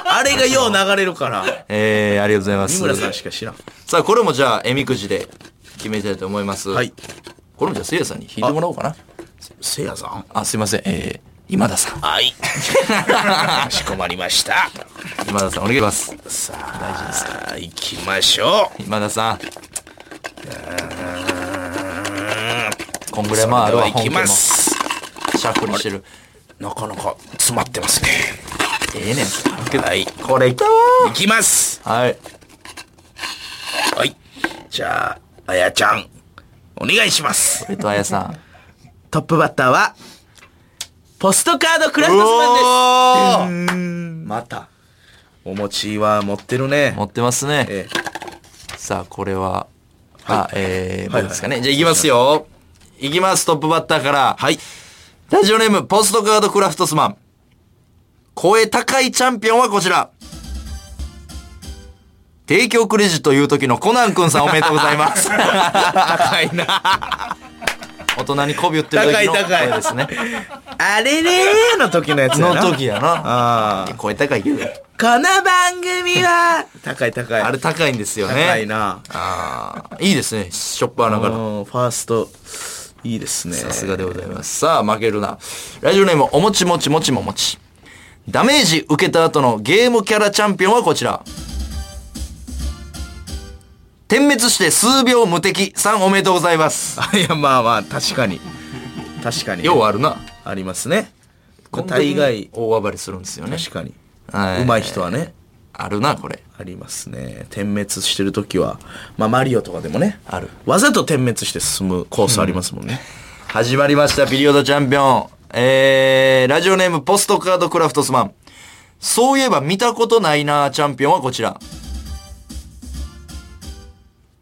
S2: あれがよう流れるから、
S1: えー、ありがとうございます
S2: 三村さんしか知らん。
S1: さあこれもじゃあえみくじで決めたいと思います
S2: はい
S1: これもじゃあせいやさんに引いてもらおうかな
S2: せいやさん
S1: あすいませんえー、今田さん
S2: はい。かしこまりました。
S1: 今田さんお願いします
S2: さあ、行きましょ
S1: 今田さんこんぐらいまああ
S2: う。で
S1: る
S2: は
S1: わ
S2: 行
S1: 本
S2: き
S1: 家も
S2: ま
S1: シ
S2: す。
S1: ャッフルしてる
S2: なかなか詰まってますね。
S1: ええねん
S2: はい。
S1: これいったわ
S2: 行きます。
S1: はい
S2: はい。じゃあ、あやちゃん、お願いします。
S1: えっとあやさん
S2: トップバッターは、ポストカードクラフト
S1: お
S2: スマンです。
S1: ーまた
S2: お餅は持ってるね
S1: 持。ってますね、
S2: え
S1: さあこれは、あえー、
S2: はい
S1: 僕ですかね、じゃあいきますよいきますトップバッターから
S2: はい。
S1: ラジオネームポストカードクラフトスマン声高いチャンピオンはこちら提供クレジット言う時のコナンくんさんおめでとうございます
S2: 高いな。
S1: 大人に媚び売ってる時の声ですね
S2: あれれーの時のやつや
S1: の
S2: な。
S1: 時やな
S2: ああ。
S1: 声高いけど
S2: この番組は、高い高い。
S1: あれ高いんですよね
S2: 高いな。
S1: あーいいですねショッパーながら
S2: うんファースト、いいですね。
S1: さすがでございます。さあ、負けるな。ラジオネーム、おもちもちもちももち。ダメージ受けた後のゲームキャラチャンピオンはこちら。点滅して数秒無敵さんおめでとうございます。
S2: あいや、まあまあ、確かに。確かに。
S1: ようあるな。
S2: ありますね。大概、
S1: 大暴れするんですよね。
S2: 確かに。
S1: はいう
S2: まい人はね、
S1: あるな、これ。
S2: ありますね。点滅してる時は、まあ、マリオとかでもね。
S1: ある
S2: わざと点滅して進むコースありますもんね。
S1: 始まりました、ピリオドチャンピオン。えー、ラジオネーム、ポストカードクラフトスマン。そういえば見たことないな、チャンピオンはこちら。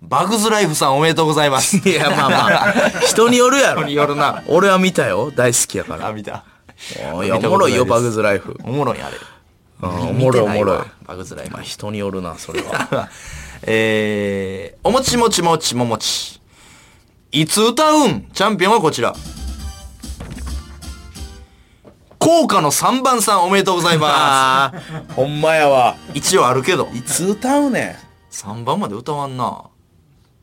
S1: バグズライフさんおめ でとうございます。
S2: いや、まあまあ、人によるやろ。
S1: 人によるな。
S2: 俺は見たよ。大好きやから。
S1: あ、見た。
S2: おいおもろいよ、
S1: 見たことないです
S2: バグズライフ。
S1: おもろいあれ。
S2: うんおもろいおもろ
S1: 見てな
S2: い
S1: わ。バグズライフ
S2: まあ、。人によるな、それ は。
S1: えー、おもちもちもちももち。いつ歌うんチャンピオンはこちら。効果の3番さんおめでとうございま
S2: ああ、ほんまやわ。
S1: す。一応あるけど。
S2: いつ歌うねん。
S1: 3番まで歌わんな。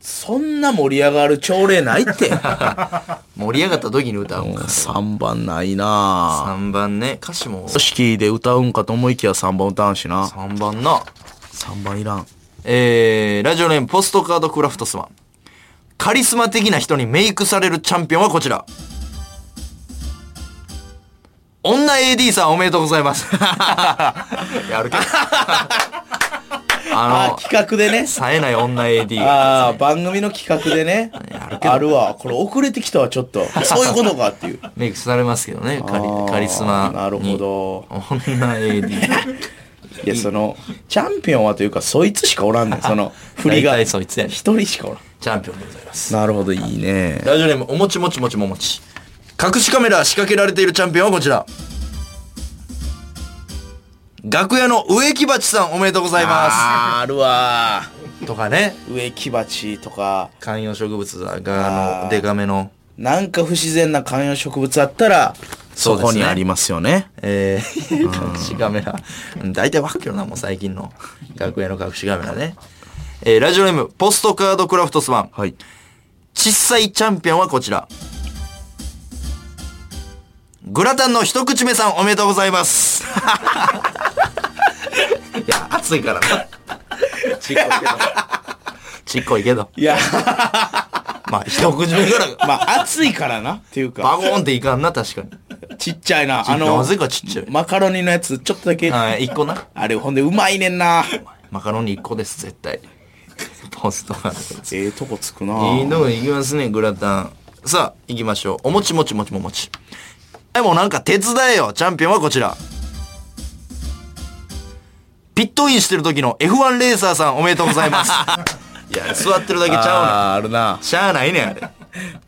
S2: そんな盛り上がる朝礼ないって。
S1: 盛り上がった時に歌うんか。
S2: 3番ないなぁ。
S1: 3番ね。歌詞も
S2: 組。織で歌うんかと思いきや3番歌うんしな。
S1: 3番な。
S2: 3番いらん。
S1: えー、ラジオネームポストカードクラフトスマン。カリスマ的な人にメイクされるチャンピオンはこちら。女 AD さんおめでとうござい ます。やるけど。あの、
S2: 企画でね。
S1: 冴えない女 AD。
S2: ああ、番組の企画で ね。あるわ。これ遅れてきたわ、ちょっと。 そういうことかっていう。
S1: メイクされますけどね、カリカリスマに。
S2: なるほ。ど。
S1: 女 AD。
S2: いや、その、チャンピオンはというか、そいつしかおらん ねん。その、振りが。
S1: 大体
S2: 一
S1: そいつやね
S2: 人しかおらん。
S1: チャンピオンでございます。
S2: なるほど、いいね。
S1: ラジオネーム、おもちもちもちももち。隠しカメラ仕掛けられているチャンピオンはこちら。楽屋の植木鉢さんおめでとうございま
S2: あー、あるわ
S1: す。とかね。
S2: ー。植木鉢とか。
S1: 観葉植物が、あ
S2: あ
S1: の、
S2: ー
S1: デカめの。
S2: なんか不自然な観葉植物あったら、
S1: そう
S2: そ
S1: ですね
S2: こにありますよね。
S1: えー、隠しカメラ。うん大体わかるよな、もう最近の。楽屋の隠しカメラね。えー、ラジオネーム、ポストカードクラフトスワン。
S2: はい。
S1: 小さいチャンピオンはこちら。グラタンの一口目さんおめでとう ございます。いや、暑いからな。ちっこいけど。ちっこいけど。
S2: いや、
S1: まあ、一口目から、
S2: まあ暑いからな。っていう
S1: バ
S2: か、
S1: ゴーンっていかんな、確かに。
S2: ちっちゃいな。あの
S1: な、ぜかちっちゃい。
S2: マカロニのやつ、ちょっとだけ。
S1: はい、一個な。
S2: あれ、ほんでうまいねんな。
S1: マカロニ一個です、絶対。ポストが。
S2: ええとこつくない
S1: いのいきますね、グラタン。さあ、行きましょう。おもちもちもちももち。はい、もうなんか手伝えよ。チャンピオンはこちら。ピットインしてる時の F1 レーサーさんおめでとうござい ます。いや、座ってるだけちゃう
S2: あーあるな
S1: な。しゃあないねん、あれ。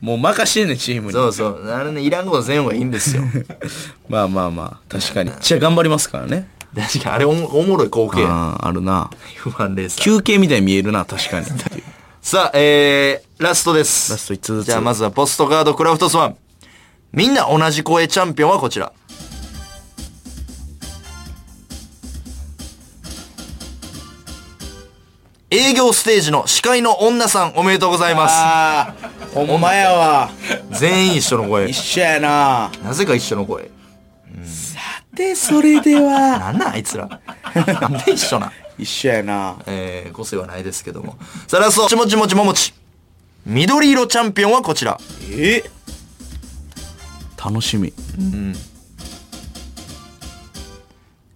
S2: もう任してんねんチームに
S1: そうそう。あれね、いらんことせん方がいいんですよ。
S2: まあまあまあ確かにじゃあ頑張りますからね
S1: 確かに、あれおもおもろい光景や。
S2: あーあるな
S1: F1 レーサー。
S2: 休憩みたいに見えるな確か に
S1: さあ、えー、ラストです。
S2: ラスト一つずつ
S1: じゃあまずはポストカードクラフトスワン。みんな同じ声チャンピオンはこちら。営業ステージの司会の女さんおめでとうございま
S2: あほんまやわ
S1: す。全員一緒の声
S2: 一。緒やな
S1: なぜか一緒の声。
S2: でそれでは
S1: なんなんあいつら。なんで一緒なん。
S2: 一緒やな
S1: えー、個性はないですけども。さあラスト、ちもちもちももち。緑色チャンピオンはこちら。
S2: え楽しみ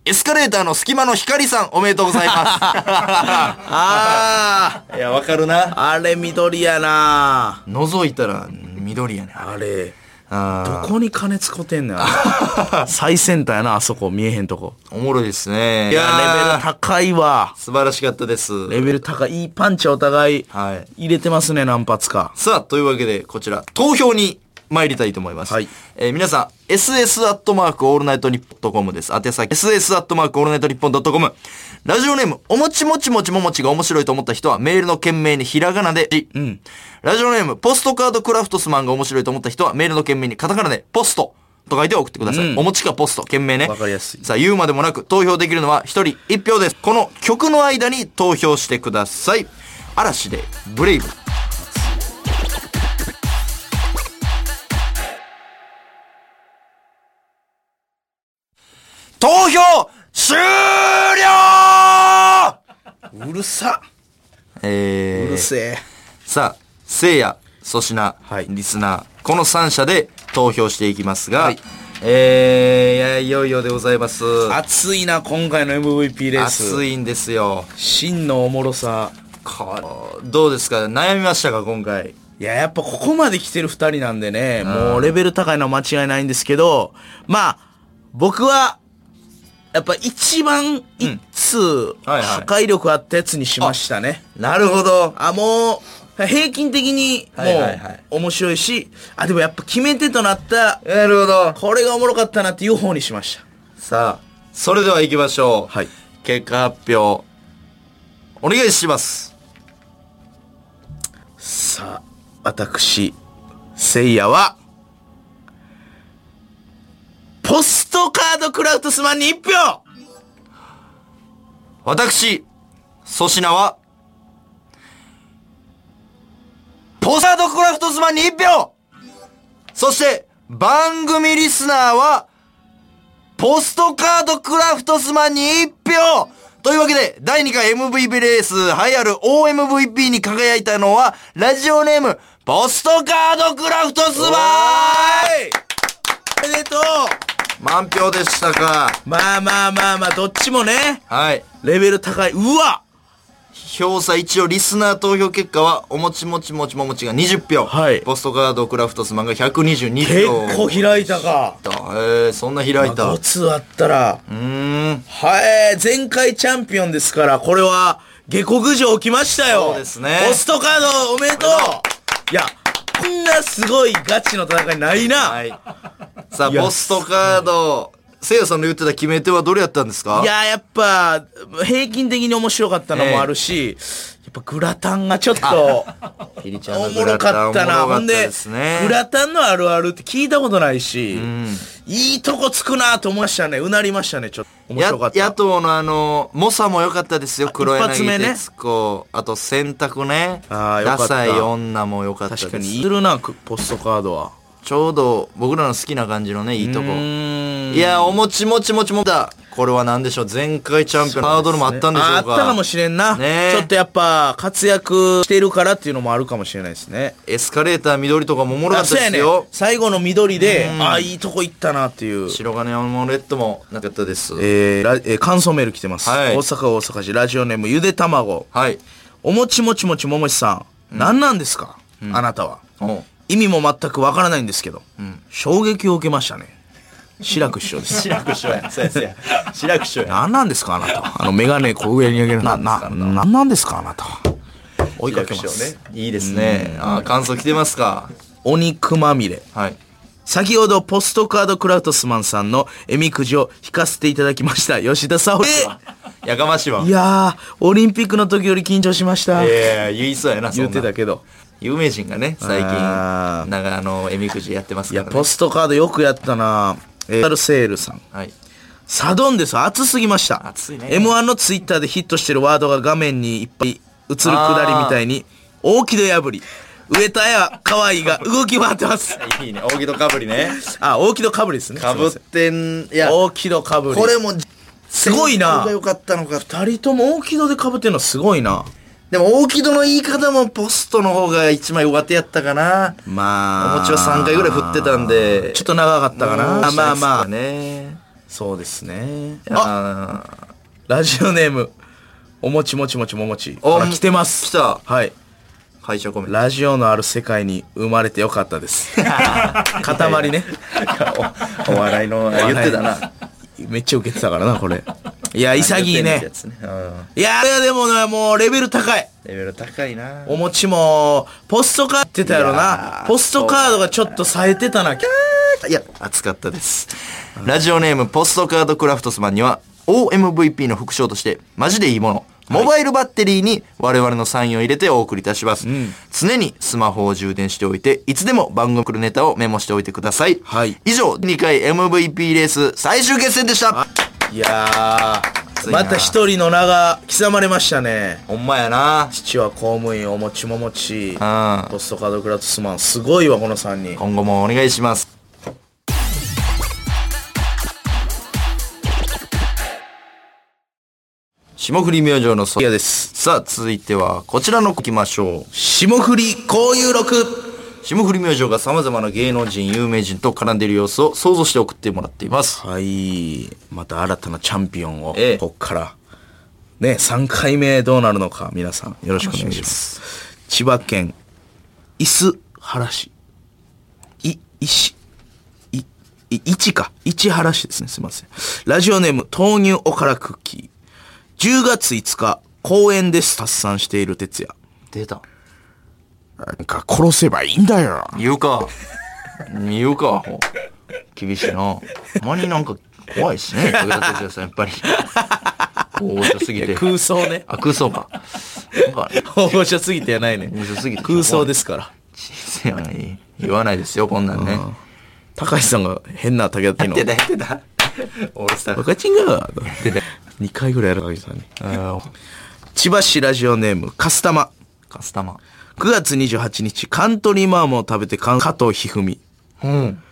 S1: エスカレーターの隙間の光さんおめでとうございます。
S2: あ
S1: いや、わかるな。
S2: ああれ緑やな
S1: 覗いたら緑やねんあれ
S2: あれ
S1: あ
S2: どこに金使ってんねんあれ 最先端やなあそこ見えへんとこ
S1: ーおもろいですね
S2: いやレベル
S1: ー
S2: 高いわ
S1: 素晴らしかったです
S2: レベル高いいいパンチお互い
S1: はい
S2: 入れてますね何発か
S1: さあというわけでこちら投票に参りたいと思います、
S2: はい
S1: えー皆さん SS アットマークオールナイトニッポン .com です宛先 SS アットマークオールナイトニッポン .com ラジオネームおもちもちもちももちが面白いと思った人はメールの件名にひらがなで「うん」ラジオネームポストカードクラフトスマンが面白いと思った人はメールの件名にカタカナで「ポスト」と書いて送ってください、おもちかポスト件名ね
S2: わかりやすい
S1: さあ言うまでもなく投票できるのは1人1票ですこの曲の間に投票してください嵐で「ブレイブ」投票終了
S2: うるさう
S1: え
S2: る
S1: ー、
S2: せえ
S1: さあ、せいや、粗品、
S2: はい
S1: リスナー、この3社で投票していきますが、えー、いや、いよいよでございます。
S2: 熱いな今回の MVP レース
S1: 暑いんですよ。
S2: 真のおもろさ
S1: こどうですか悩みましたか今回。
S2: いややっぱここまで来てる2人なんでねもうレベル高いのは間違いないんですけどまあ僕はやっぱ一番一通
S1: はいはい
S2: 破壊力あったやつにしましたね、
S1: なるほど。
S2: あもう平均的にも
S1: はいはいはいう
S2: 面白いしあでもやっぱ決め手となった
S1: なるほど。
S2: これがおもろかったなっていう方にしました
S1: さあ、それでは行きましょう。
S2: はい
S1: 結果発表、お願いします。
S2: さあ私せいやはポストカードクラウトスマンに1票
S1: 私、粗品は、ポサードクラフトスマンに1票そして、番組リスナーは、ポストカードクラフトスマンに1票というわけで、第2回 MVP レース、栄えある OMVP に輝いたのは、ラジオネーム、ポストカードクラフトスマン
S2: おめでとう
S1: 満票でしたか。
S2: まあまあまあまあどっちもね
S1: はい。
S2: レベル高いうわ
S1: 票差一応リスナー投票結果はおもちもちもちももちが20票、
S2: はい
S1: ポストカードクラフトスマンが122
S2: 結
S1: 票
S2: 構開いたか
S1: たへえそんな開いた、
S2: 5通あったら
S1: うーん
S2: はい前回チャンピオンですからこれは下克上来ましたよ
S1: そうですね
S2: ポストカードおめでとういやこんなすごいガチの戦いないな、
S1: はいさあ
S2: いや
S1: ポストカードせいやさんの言ってた決め手はどれやったんですか
S2: いやーやっぱ平均的に面白かったのもあるし、やっぱグラタンがちょっ と
S1: ひりちゃん
S2: お
S1: の
S2: も
S1: グ
S2: ろ
S1: ラタン
S2: かったな
S1: おもろ
S2: ほ
S1: か
S2: ん
S1: っ
S2: で
S1: たすね
S2: グラタンのあるあるって聞いたことないし、いいとこつくなと思いましたねうなりましたねちょっと面
S1: や
S2: 白かった
S1: 野党のあの猛者も良かったですよ黒
S2: 一発目
S1: 柳
S2: ね
S1: 徹子、あと洗濯ね
S2: あー良かった
S1: ダサい女も良かった
S2: 確
S1: で
S2: かに
S1: す
S2: いるなくポストカードは
S1: ちょうど僕らの好きな感じのねいいとこ
S2: うーん
S1: いやーおもちもちもちもちだこれは何でしょう前回チャンピオンのハードルもあったんでしょうか
S2: ああったかもしれんな、
S1: ねえ
S2: ちょっとやっぱ活躍してるからっていうのもあるかもしれないですね
S1: エスカレーター緑とかもおもろか
S2: あ
S1: った
S2: そうや
S1: です
S2: ね
S1: よ、
S2: 最後の緑でああいいとこ行ったなっていう
S1: 白金アモレットもなかったです
S2: えーラえー感想メール来てます、
S1: はい
S2: 大阪大阪市ラジオネームゆでたまご
S1: はい
S2: おもちもちもちももちさん、何なんですか、あなたは。
S1: お
S2: 意味も全くわからないんですけど、衝撃を受けましたね。志らく師匠です。
S1: 白くしょや。そうやそうや。白くしょや。
S2: 何なんですかあなたは。あの、メガネこう上に上げるな、な、何なんですかあなたは。追いかけます。
S1: ね。いいですね。あー、感想来てますか。
S2: お肉まみれ。
S1: はい。
S2: 先ほどポストカードクラウトスマンさんのえみくじを引かせていただきました吉田沙保里は
S1: やかましいわ。
S2: いやーオリンピックの時より緊張しました、
S1: いやいや言いそうやな、そん
S2: 言
S1: な
S2: ってたけど
S1: 有名人がね、最近、
S2: あー
S1: なんかあの、えみくじやってます
S2: い
S1: か
S2: や
S1: らね。
S2: ポストカードよくやったなえー、タルセールさん
S1: はい。
S2: サドンデス熱すぎました
S1: 熱いね
S2: m 1のツイッターでヒットしてるワードが画面にいっぱい映るくだりみたいに大木戸破り上田や可愛 いが動き回ってます
S1: いいね、大木戸かぶりね。
S2: あ大木戸かぶりですね
S1: かぶっ
S2: すい
S1: てん、い
S2: ま
S1: や
S2: せん、大木戸かぶり
S1: これも、
S2: すごいな
S1: 先方が良かったのか。
S2: 二人とも大木戸でかぶってるのすごいな
S1: でも、大木戸の言い方もポストの方が一枚上手やったかな。
S2: まあ。
S1: お餅は3回ぐらい振ってたんで
S2: ちょっと長かったかな。
S1: もう
S2: まあまあ。
S1: ね。
S2: そうですね。あ、
S1: あ、
S2: ラジオネーム。おもちもちもちももち。
S1: お
S2: あら来てます。
S1: 来た
S2: はい。
S1: 会社コメン ト。
S2: ラジオのある世界に生まれてよかっ たです。塊ね。
S1: お笑いの、言ってた な。
S2: めっちゃ受けてたからな、これ。いや、潔
S1: 言
S2: い
S1: ってんや
S2: ね。
S1: つね。うん
S2: いや、いやでもね、もうレベル高い。
S1: レベル高いな。
S2: おもちも、ポストカードってたやろ
S1: いや
S2: な
S1: ー。
S2: ポストカードがちょっと冴えてたな。
S1: いや、暑かったです。ラジオネーム、ポストカードクラフトスマンには、OMVP の副賞として、マジでいいもの、モバイルバッテリーに我々のサインを入れてお送りいたします。常にスマホを充電しておいて、いつでも番組来るネタをメモしておいてください。
S2: はい
S1: 以上、2回 MVP レース最終決戦でした。
S2: いや
S1: 熱
S2: ー、
S1: いな
S2: また一人の名が刻まれましたね。
S1: ほんまやな。
S2: 父は公務員おもちももち
S1: ん
S2: ポストカードクラウトスマンすごいわこの3人
S1: 今後もお願いします。霜降り明星のソ
S2: いやです
S1: さあ、続いてはこちらの子行きましょう。
S2: 霜降り交友録
S1: 霜降り明星が様々な芸能人、有名人と絡んでいる様子を想像して送ってもらっています。
S2: はいまた新たなチャンピオンを
S1: ええ
S2: こっからね3回目どうなるのか皆さんよろしくお願いします千葉県伊豆原市い石いい市か市原市ですねすいませんラジオネーム豆乳おからクッキー10月5日公園です達散している哲也
S1: 出た。
S3: なんか殺せばいいんだよ。
S1: 言うか。言うか、アホ厳しいな。たまになんか怖いしね、武田哲也さん、やっぱり。大御所すぎて。
S2: 空想 ね
S1: あ、空想か。なんか、
S2: 大御所すぎてやないね
S1: 大御所すぎて
S2: 空想ですから
S1: せやない。言わないですよ、こんなんね。
S2: 高橋さんが変な竹田の
S1: 出た、出た。オールスター
S2: バカチンが2回ぐらいやるかさんに
S1: あー
S2: 千葉市ラジオネームカスタマ
S1: カスタマ
S2: 9月28日カントリーマームを食べてかん加藤一二
S1: ー。うん。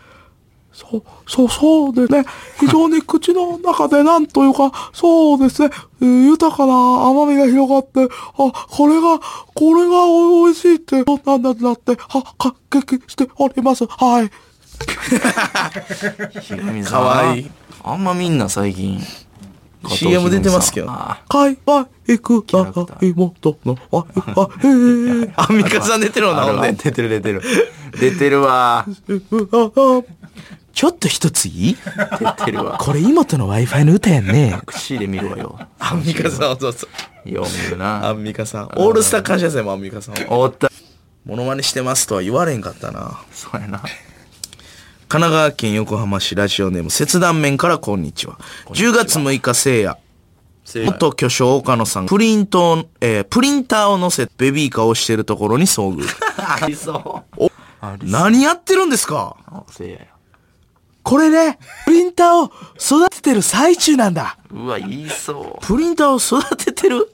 S4: そう、そう、そうでね、非常に口の中でなんというか、そうですね、えー豊かな甘みが広がって、あ、これが、これがお美味しいって、なんだなって、は、か、けきしております。はい。
S1: か
S2: かわいい。
S1: あんまみんな最近。
S2: CM 出てますけど
S1: あ
S4: 海外行く
S1: ラクター
S4: 長いもとの、あ、あ、えー、
S2: アンミカさん出てる
S1: ー
S2: な
S1: あ
S2: ほん
S1: るわ
S2: で
S1: 出てる出てる。出てるわ。
S4: あ、あ、
S2: ちょっと一ついい
S1: 出てるわ。
S4: これ妹の Wi-Fi の歌やんね。
S1: 口で見るわよ。
S2: アンミカさんそうそう
S1: よう見る
S2: ア
S1: な。
S2: ンミカさんオールスター感謝祭もアンミカさん
S1: おった。
S2: モノマネしてますとは言われんかったな
S1: そうやな。
S2: 神奈川県横浜市ラジオネーム切断面からこんにちは10月6日聖夜元巨匠岡野さんプリントを、えープリンターを乗せベビーカーをしてるところに遭遇
S1: ありそう。あり
S2: 何やってるんですか
S1: そう。せいやよ。
S4: これね、プリンターを育ててる最中なんだ。
S1: うわ、言いそ
S2: プリンターを育ててる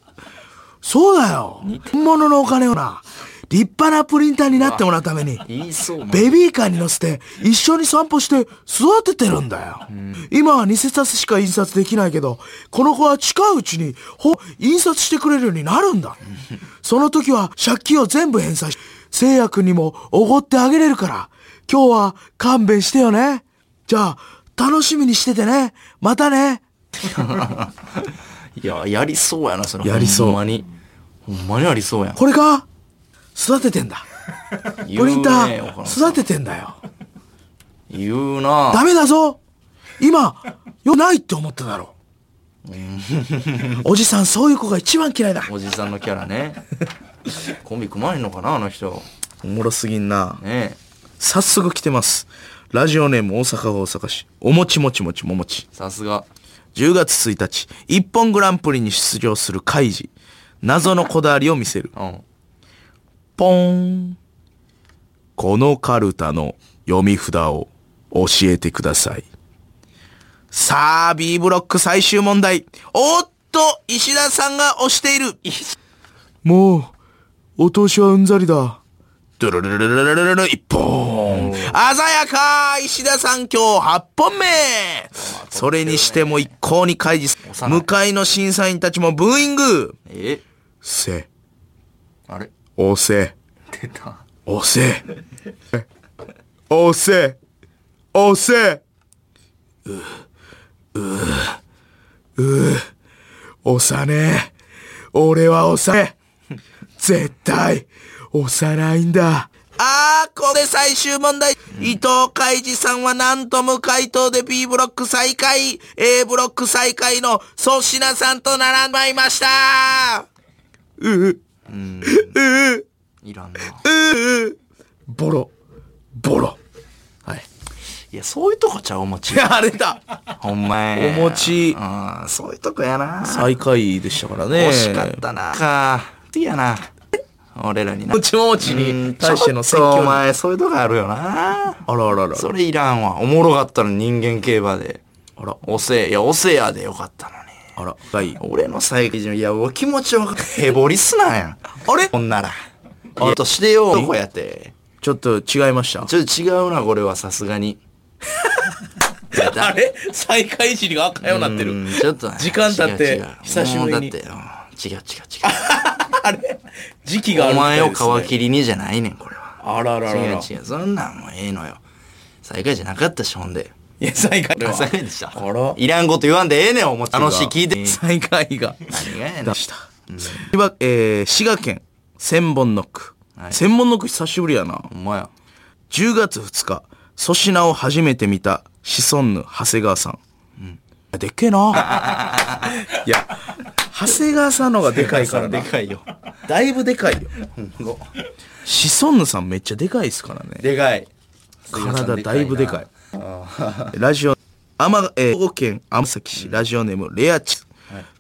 S4: そうだよ。本物のお金をな、立派なプリンターになってもらうために
S1: う。、言いそう。
S4: ベビーカーに乗せて一緒に散歩して育ててるんだよ。今は偽札しか印刷できないけど、この子は近いうちにほ印刷してくれるようになるんだ。その時は借金を全部返済し、聖夜君にもおごってあげれるから、今日は勘弁してよね。じゃあ、楽しみにしててね。またね。
S1: いや、やりそうやな、その。
S2: やりそう
S1: ほんまに。ほんまにありそうやん。
S4: これが育ててんだプリンター育ててんだよ
S1: て。言うな
S4: ダメだぞ今よないって思っただ ろおじさんそういう子が一番嫌いだ
S1: おじさんのキャラ ね。コンビ組まへんのかな、あの人。
S2: おもろすぎんな。
S1: ねえ。
S2: 早速来てます。ラジオネーム大阪府大阪市。おもちもちもちももち。
S1: さすが。
S2: 10月1日、一本グランプリに出場するカイジ。謎のこだわりを見せる。
S1: うん。
S2: ポーン。このカルタの読み札を教えてください。さあ、B ブロック最終問題。おっと、石田さんが押している。
S4: もうお通しはうんざりだ
S2: ドゥルルルルルルルル一本。鮮やか石田さん今日8本目それにしても一向に開示
S1: 押さない
S2: 向かいの審査員たちもブーイング
S1: え
S2: せ、
S1: あれ
S2: 押せ、
S1: 出た。
S2: 押せ、押せ、押せ、
S4: 押さねえ俺は押さねえ絶対押さないんだ
S2: あー、これ最終問題。伊藤海二さんはなんと無回答で B ブロック最下位、A ブロック最下位の粗品さんと並んでいました
S1: いらんな。
S4: ボロボロ
S1: いや、そういうとこちゃう、お餅。
S2: あれだ
S1: ほんまや。
S2: お餅
S1: うん、そういうとこやな。
S2: 最下位でしたからね。
S1: 惜しかったな。か。てやな。俺らにな。
S2: もちもち
S1: うん
S2: に対しての
S1: ち
S2: 説
S1: ょっとお
S2: 教にあ
S1: 前、そういうとこあるよな。
S2: らあらあら。
S1: それいらんわ。おもろかったのに人間競馬で。
S2: あら、
S1: おせえ、いや、おせやでよかったのに。
S2: あら、がい。
S1: 俺の最近の、いや、お気持ちよかった。へぼりすなやん。あれほんなら。あとしてよ、どこやて。
S2: ちょっと違いました。
S1: ちょっと違うな、これはさすがに。
S2: あれ最下位時に赤ようになって
S1: うん、ちょっとね
S2: 時間経って
S1: 違う違う
S2: 久しぶりに
S1: もうだってうん違 う違う
S2: 時期
S1: 違う。お前を
S2: 乾
S1: 皮切りにじゃないねん、これは。
S2: あらあらあら
S1: 違う違う。そんなんもうええのよ。最下位じゃなかったし、ほんで。
S2: いや、最下位
S1: 最下位でした。
S2: あら
S1: いらんこと言わんでええねん、おもち楽しい聞いて。
S2: 最下位が。
S1: 何がやねん
S2: 出。した。千葉、えー、滋賀県、千本ノック。千本ノック久しぶりやな。
S1: ほんまや。
S2: 10月2日、粗品を初めて見た、シソンヌ、長谷川さん。でっけえな。 いや、長谷川さんの方がでかいからな。
S1: でかいよ。
S2: だいぶでかいよ。シソンヌさんめっちゃでかいですからね。
S1: でかい。
S2: 体だいぶでかい。ラジオ、あま、えー、兵庫県天崎市、ラジオネーム、レアチス。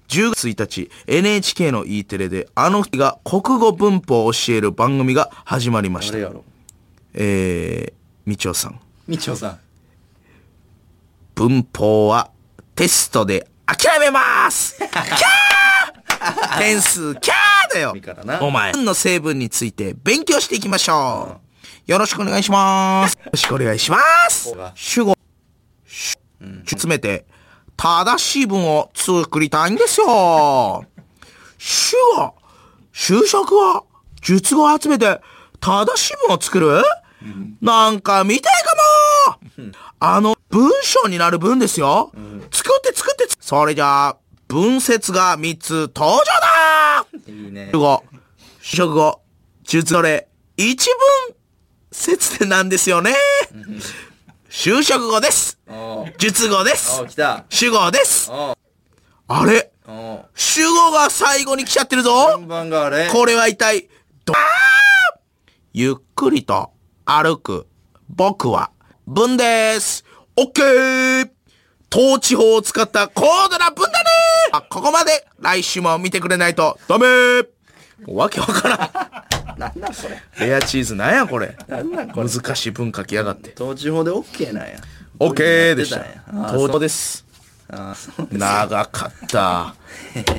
S2: 10月1日、NHK の E テレで、あの日が国語文法を教える番組が始まりました
S1: 誰。やろ。
S2: えー、みちおさん。
S1: みちおさん。
S2: 文法はテストで諦めますキャー点数キャーだよ
S1: からな
S2: お前の成分について勉強していきましょうよろしくお願いしますよろしくお願いします主語し詰めて正しい文を作りたいんですよ主語就職は術語を集めて正しい文を作る、なんか見たいかも、あの文章になる文ですよ、作って作ってつそれじゃあ文節が3つ登場だ
S1: いいね
S2: 主。語就職語術語例一文節でなんですよね就職語です
S1: おう
S2: 術語です
S1: おう来た。
S2: 主語です
S1: おう
S2: あれ
S1: おう
S2: 主語が最後に来ちゃってるぞ
S1: 順番があれ。
S2: これは一体、ど、あーゆっくりと歩く、僕は、文です。オッケー統治法を使った高度な文だねあ、ここまで来週も見てくれないとダメもうわけわからん。なんそれ。レアチーズなんやこれ。難しい文書きやがって。
S1: 統治法で OK なんや。
S2: オッケーでした
S1: こういうのやって。んやあ
S2: 統治です。
S1: あそう
S2: 長か った。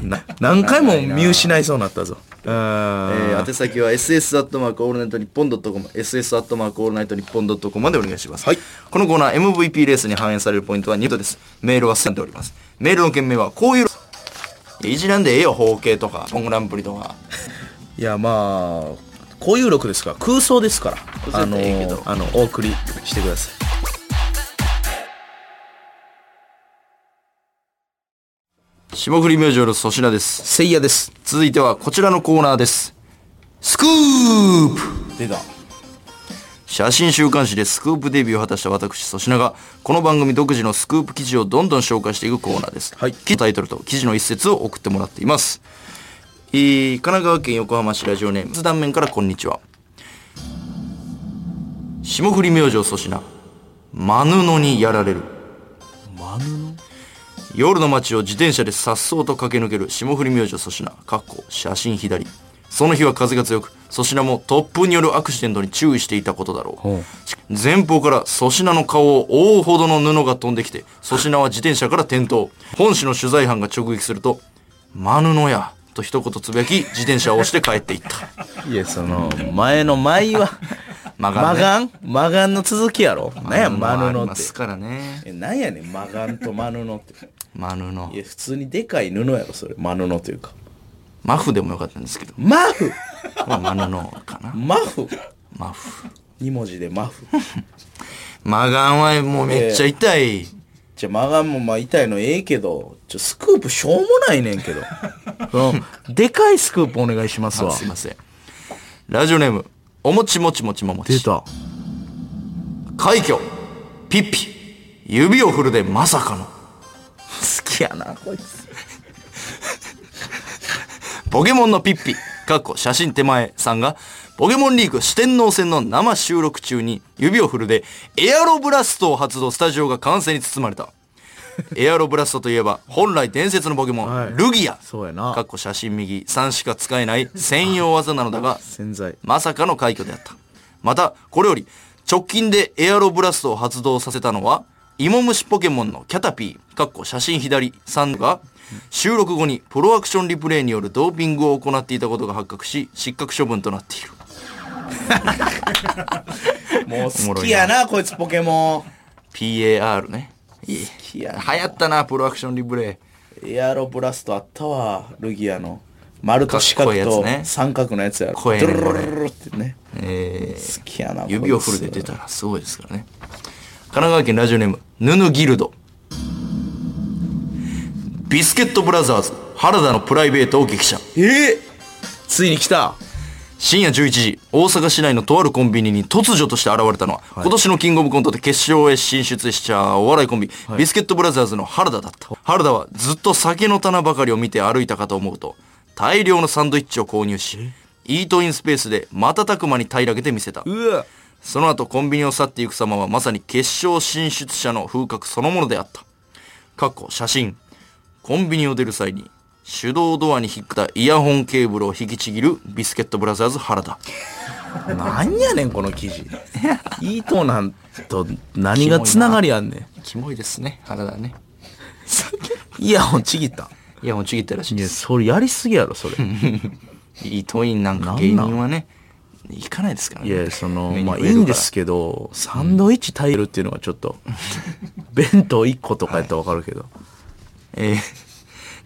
S2: な何回も見失いそうになったぞ。うーん。
S1: えー、宛先は SS アットマークオールナイトニッポンドットコム SS アットマークオールナイトニッポンドットコムまでお願いします、はい、このコーナー MVP レースに反映されるポイントは2度ですメールは済んでおりますメールの件名はこういういやいじらんでええよ包茎とかポングランプリとか
S2: いやまあこういう録ですから空想ですからあの
S1: 嘘やったらええけど
S2: あのお送りしてください
S1: 霜降り明星の粗品です。
S2: せいやです。
S1: 続いてはこちらのコーナーです。スクープ
S2: 出た。
S1: 写真週刊誌でスクープデビューを果たした私粗品がこの番組独自のスクープ記事をどんどん紹介していくコーナーです、
S2: はい
S1: 記事のタイトルと記事の一節を送ってもらっています、えー神奈川県横浜市ラジオネーム断面からこんにちは霜降り明星粗品マヌノにやられる夜の街を自転車で颯爽と駆け抜ける霜降り明星粗品かっこ写真左その日は風が強く粗品も突風によるアクシデントに注意していたことだろう前方から粗品の顔を覆うほどの布が飛んできて粗品は自転車から転倒本市の取材班が直撃すると「マヌノや」と一言つぶやき自転車を押して帰っていっ た
S2: いや、その、前の前は、
S1: マ
S2: マ
S1: ガンね
S2: ガンマガンの続きやろ。なんや、マヌノ
S1: あり
S2: っ
S1: ま
S2: て。
S1: すからね
S2: え、なんやねん、マガンとマヌノって。
S1: マヌノ
S2: いや、普通にでかい布やろ、それ。マヌノというか。
S1: マフでもよかったんです けど
S2: マフ
S1: マヌノかな
S2: マフ
S1: マフ
S2: 二文字でマフ。
S1: マガンはもうめっちゃ痛い
S2: じゃあ、マガンもまあ痛いのええけど、ちょ、スクープしょうもないねんけど。その、でかいスクープお願いしますわ。
S1: すいませんラジオネームおもちもちもちももち
S2: 出た。
S1: 快挙ピッピ指を振るでまさかの
S2: 好きやな、こいつ。
S1: ポケモンのピッピ、かっこ写真手前さんが、ポケモンリーグ四天王戦の生収録中に指を振るで、エアロブラストを発動スタジオが歓声に包まれた。エアロブラストといえば、本来伝説のポケモン、
S2: はい
S1: ルギア。
S2: そうやな
S1: かっこ写真右3しか使えない専用技なのだが、
S2: 潜在。
S1: まさかの快挙であった。また、これより、直近でエアロブラストを発動させたのは、イモムシポケモンのキャタピー、かっこ写真左さんが、収録後にプロアクションリプレイによるドーピングを行っていたことが発覚し、失格処分となっている。
S2: もう好きやな、こいつポケモ
S1: PAR ね。いい
S2: ン。いや
S1: 流行ったな、プロアクションリプレイ。
S2: エアロブラストあったわ、ルギアの。丸と四
S1: かっ
S2: 角
S1: こいいやつ
S2: と
S1: ね
S2: 三角のやつやろ。
S1: 怖いね
S2: ドゥル
S1: こ
S2: ル
S1: れ
S2: ルルルルってね。
S1: えー
S2: 好きやな。
S1: 指を振るで
S2: こい
S1: 出
S2: つ
S1: たらすごいですからね神奈川県ラジオネームヌヌギルドビスケットブラザーズ原田のプライベートを激写
S2: えーついに来た。
S1: 深夜11時大阪市内のとあるコンビニに突如として現れたのは、今年のキングオブコントで決勝へ進出したお笑いコンビ、ビスケットブラザーズの原田だった原田はずっと酒の棚ばかりを見て歩いたかと思うと大量のサンドイッチを購入しイートインスペースで瞬く間に平らげてみせた
S2: うわ。
S1: その後コンビニを去っていく様はまさに決勝進出者の風格そのものであった。かっこ写真。コンビニを出る際に手動ドアに引っ掛けたイヤホンケーブルを引きちぎるビスケットブラザーズ原田。
S2: なんやねん、この 記事。イートなんと何がつながりあんねん。
S1: キモいですね、原田ね。
S2: イヤホンちぎった。
S1: イヤホンちぎったらしい
S2: い
S1: で
S2: や、
S1: す。
S2: それやりすぎやろ、それ。
S1: イートインなんか芸人はね、行かないですからね。
S2: いや、その、
S1: 目に
S2: まあ
S1: 触
S2: い
S1: れ
S2: い
S1: るから
S2: んですけど、サンドイッチ耐えるっていうのがちょっと、弁当1個とかやったらわかるけど。
S1: えー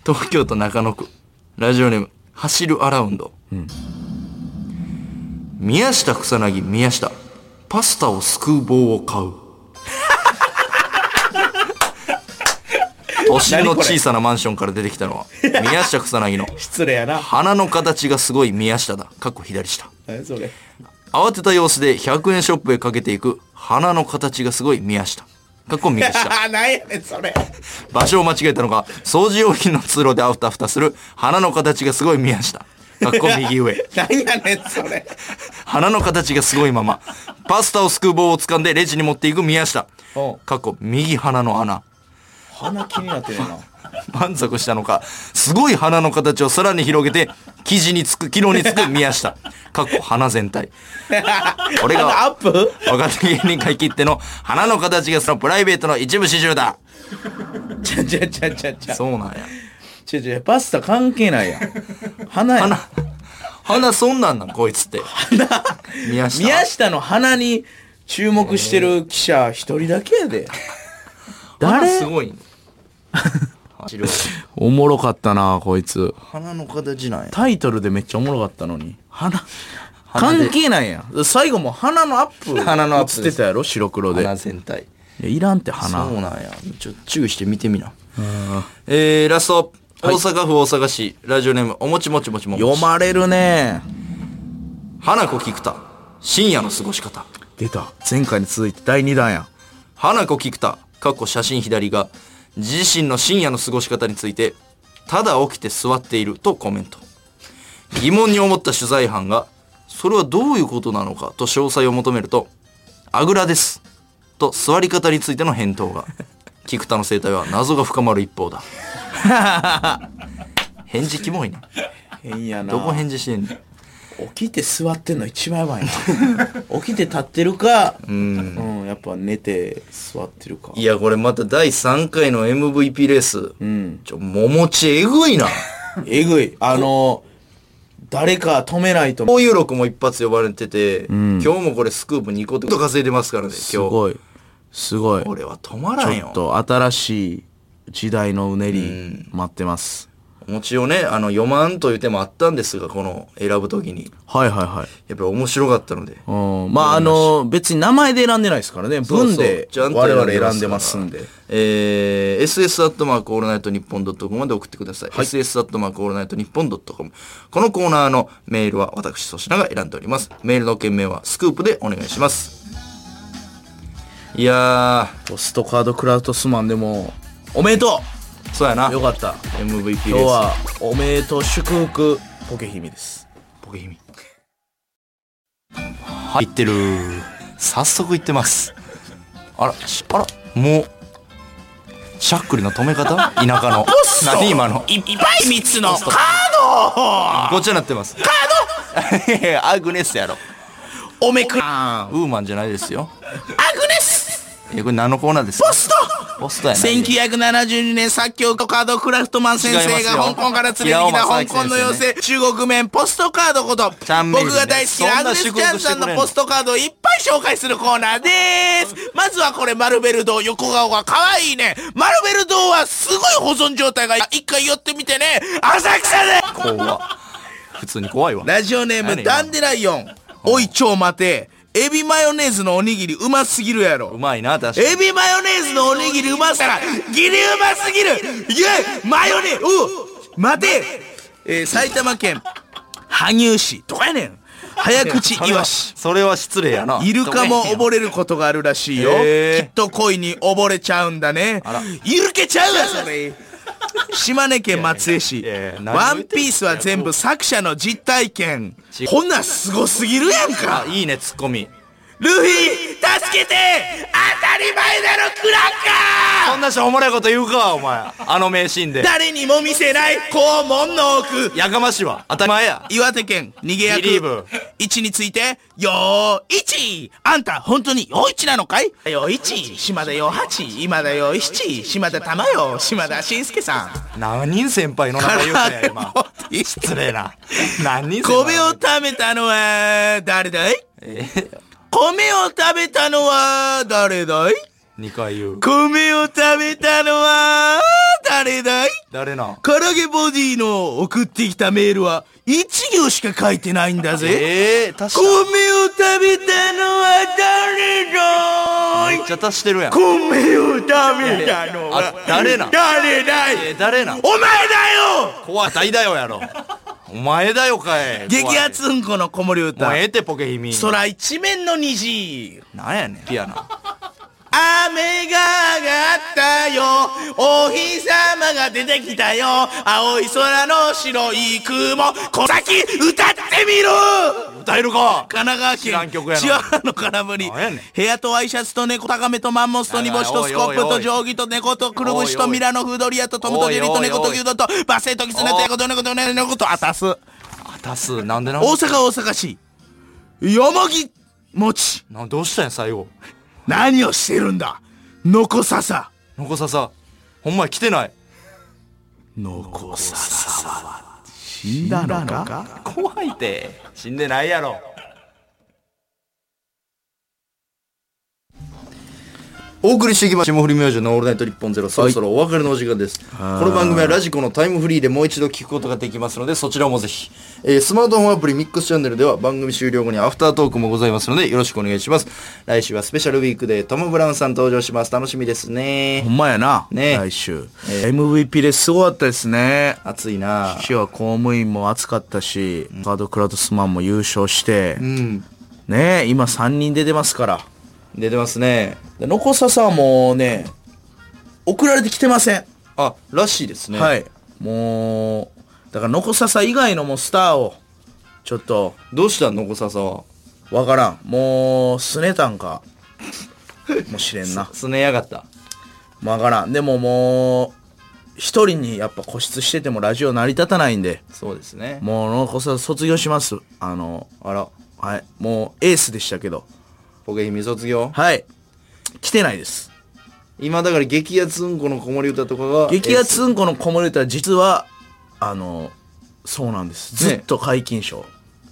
S1: 東京都中野区ラジオネーム「走るアラウンド」宮下草薙宮下パスタをすくう棒を 買う都心の小さなマンションから出てきたのは宮下草薙の
S2: 失礼やな。
S1: 鼻の形がすごい宮下だかっこ左下
S2: 何それ。
S1: 慌てた様子で100円ショップへかけていく鼻の形がすごい宮下かっこ右下
S2: あ、なんやねん、それ。
S1: 場所を間違えたのか掃除用品の通路であふたふたする花の形がすごい宮下かっこ右上
S2: なんやねん、それ。
S1: 花の形がすごいままパスタをすくう棒を掴んでレジに持っていく宮下
S2: おう
S1: かっこ右鼻の穴
S2: 鼻気になってるな。
S1: 満足したのかすごい花の形をさらに広げて生地につく機能につく宮下かっこ鼻全 体これが
S2: アップ
S1: 若手芸人界きっての花の形がそのプライベートの一部始終だ
S2: ちゃちゃちゃちゃちゃ。
S1: そうなんや
S2: ちょちょ、パスタ関係ない やん。鼻やん。
S1: 鼻そんなんなんこいつって宮下
S2: 宮下の鼻に注目してる記者一人だけやで。
S1: 鼻
S2: 誰
S1: す ごいね走るわ
S2: おもろかったな、こいつ。
S1: 鼻の形なんや
S2: タイトルでめっちゃおもろかったのに。鼻、
S1: 鼻で
S2: 関係ないやん。最後も鼻のアップ。
S1: 鼻のアップ
S2: 映ってたやろ、白黒で。い
S1: 鼻全体
S2: やいらんって
S1: そう
S2: 鼻。
S1: なんやちょっと注意して見てみなえー、ラスト大阪府大阪市、ラジオネーム、おもちもちもちもも
S2: 読
S1: ち。
S2: まれるね
S1: 花子菊田、深夜の過ごし方。
S2: 出た前回に続いて第2弾や
S1: 花子菊田、過去写真左が、自身の深夜の過ごし方について、ただ起きて座っているとコメント。疑問に思った取材班が、それはどういうことなのかと詳細を求めると、あぐらです。と座り方についての返答が。菊田の生態は謎が深まる一方 だ。返事キモいな。
S2: 変やな
S1: どこ返事してんの
S2: 起きて座ってんの一番やばいな 起きて立ってるかうん、やっぱ寝て座ってるか
S1: いや、これまた第3回の MVP レース。うん。ちょ、桃地えぐいな。
S2: えぐいあの誰か止めないと
S1: こういう録も一発呼ばれてて、今日もこれスクープ2個ってこと稼いでますからね、
S2: す
S1: 今日。
S2: ごいすごい
S1: こ
S2: ち
S1: れは止まらん
S2: ょ
S1: よ
S2: っ。と新しい時代のうねり待ってます、
S1: お餅をね、あの、読まんという手もあったんですが、この選ぶときに。
S2: はいはいはい
S1: やっぱり面白かったので。
S2: うん、まああの別に名前で選んでないですからね
S1: そう
S2: 文で
S1: ちゃ
S2: 我
S1: んと
S2: 々選んでますんで
S1: からえー、ss アットマークオールナイトニッポンドットコムまで送ってください。ss アットマークオールナイトニッポンドットコムこのコーナーのメールは私粗品が選んでおります。メールの件名はスクープでお願いします。いや
S2: ポストカードクラウトスマンでもおめでと
S1: ー、そうやな。
S2: うよかった
S1: MVP です。
S2: 今日はおめでとう祝福ポケ姫です
S1: ポケヒミ。入ってる。早速行ってます。あら、しあら、もう。しゃっくりの止め方田舎の。何今の。いっぱい三つのカードごっちゃになってます。カードいやいやアグネスやろ。
S2: おめくら
S1: ウーマンじゃないですよ。
S2: アグネス
S1: え、これ何のコーナーですポストポストやな。
S2: 1972年作曲家カードクラフトマン先
S1: 違いま
S2: 生
S1: す
S2: が
S1: よ
S2: 香港から連れてき
S1: 平尾
S2: た
S1: 正明
S2: 香港
S1: 先
S2: の
S1: 生
S2: 妖精、中国面ポストカードこと僕
S1: チャンメイね
S2: が大好きなアグネ
S1: そ
S2: ス
S1: ん
S2: ち
S1: な
S2: ゃ
S1: 祝
S2: ん
S1: 福して
S2: さ
S1: く
S2: ん
S1: れんの
S2: のポストカードをいっぱい紹介するコーナーでーすまずはこれマルベル堂横顔が可愛いねマルベル堂はすごい保存状態が一回寄ってみてね浅草で
S1: 怖普通に怖いわ。
S2: ラジオネームダンデライオンおいちょ待てエビマヨネーズのおにぎりうますぎるやろ
S1: うまいな、確かに。
S2: エビマヨネーズのおにぎりうまさらギリうますぎるいやマヨネーお待て、えー埼玉県羽生市とかやねん早口イワシ
S1: それは失礼やな。
S2: イルカも溺れることがあるらしいよ、
S1: へー
S2: きっと恋に溺れちゃうんだねイルケちゃうわそれ島根県松江市
S1: いやいや何を言
S2: ワ
S1: ってんの
S2: ンピースは全部作者の実体験ほんなんすごすぎるやんか
S1: あ、いいね、ツッコミ。
S2: ルフィ助けて当たり前だろクラッカー
S1: そんな人おもろいこと言うか、お前。あの名シーンで。
S2: 誰にも見せない肛門の奥
S1: やかましいわ。当たり前や。
S2: 岩手県逃げ役
S1: リリーブ
S2: 1についてよー1あんた本当によ1なのかいよ1島田よ8今田よ7島田玉よ島田紳介さん
S1: 何人先輩の名前言うてんや今。失礼な。何人先輩
S2: 米を食べたのは誰だい米を食べたのは誰だい
S1: 二回言う。
S2: 米を食べたのは誰だい
S1: 誰な
S2: 唐揚げボディの送ってきたメールは1行しか書いてないんだぜ
S1: ええー、足
S2: 米
S1: し
S2: を食べたのは誰
S1: た。
S2: だ
S1: めっちゃ足してるやん。
S2: 米を食べたのは
S1: あ、誰な
S2: 誰だ
S1: え
S2: い
S1: ー、誰な
S2: お前だよ
S1: 怖い。大だよやろ。お前だよかい。
S2: 激
S1: 怖い
S2: ア。ツンコの子守
S1: も
S2: 歌
S1: うええってポケヒミ。
S2: 空一面の虹
S1: なんやねん。ピアノ。
S2: 雨が上がったよお日様が出てきたよ青い空の白い雲小崎歌ってみろ
S1: 歌えるか
S2: 神奈
S1: 知らん
S2: 川
S1: 曲や
S2: 県
S1: な
S2: 千葉の空振り
S1: なんやねん
S2: 部屋とワイシャツと猫高めとマンモスと煮干しとスコープ
S1: おいおいお
S2: と
S1: い
S2: 定規と猫とくるぶし
S1: おい
S2: と
S1: おい
S2: ミラノフードリアとトムとジェリーと猫と牛丼とバセットキツネと猫と猫と猫と猫とあたす大
S1: あ、足す。なんでな
S2: 阪大阪市山木餅
S1: などうしたんや、最後。
S2: 何をしてるんだ残ささ
S1: 残ささ。ほんまや来てない。
S2: 残ささは死んだのか
S1: 怖いて。死んでないやろ。お送りしていきます霜降り明星のオールナイト日本ゼロそろそろお別れのお時間です、この番組はラジコのタイムフリーでもう一度聞くことができますのでそちらもぜひ、えースマートフォンアプリミックスチャンネルでは番組終了後にアフタートークもございますのでよろしくお願いします来週はスペシャルウィークでトム・ブラウンさん登場します楽しみですね
S2: ほんまやな。
S1: ね
S2: 来週。MVP ですごかったですね。
S1: 暑いな
S2: 今日は公務員も熱かったし、カードクラウドスマンも優勝して、ねえ、今3人出てますから。
S1: 出てますね
S2: で残ささはもうね、送られてきてません。
S1: あらしいですね
S2: はい。もう、だから残ささ以外のもうスターを、ちょっと、
S1: どうしたのこささは
S2: わからん。もう、すねたんか、もしれ んな。
S1: すねやがった
S2: わからん。でももう、一人にやっぱ固執しててもラジオ成り立たないんで、
S1: そうですね
S2: もう残ささ卒業します。あの、
S1: あら
S2: はい。もう、エースでしたけど。
S1: ポケミ卒業
S2: はい。来てないです。
S1: 今だから激アツうんこの子守歌とかが
S2: 激アツうんこの子守歌は実は、あの、そうなんです。ずっと解禁賞。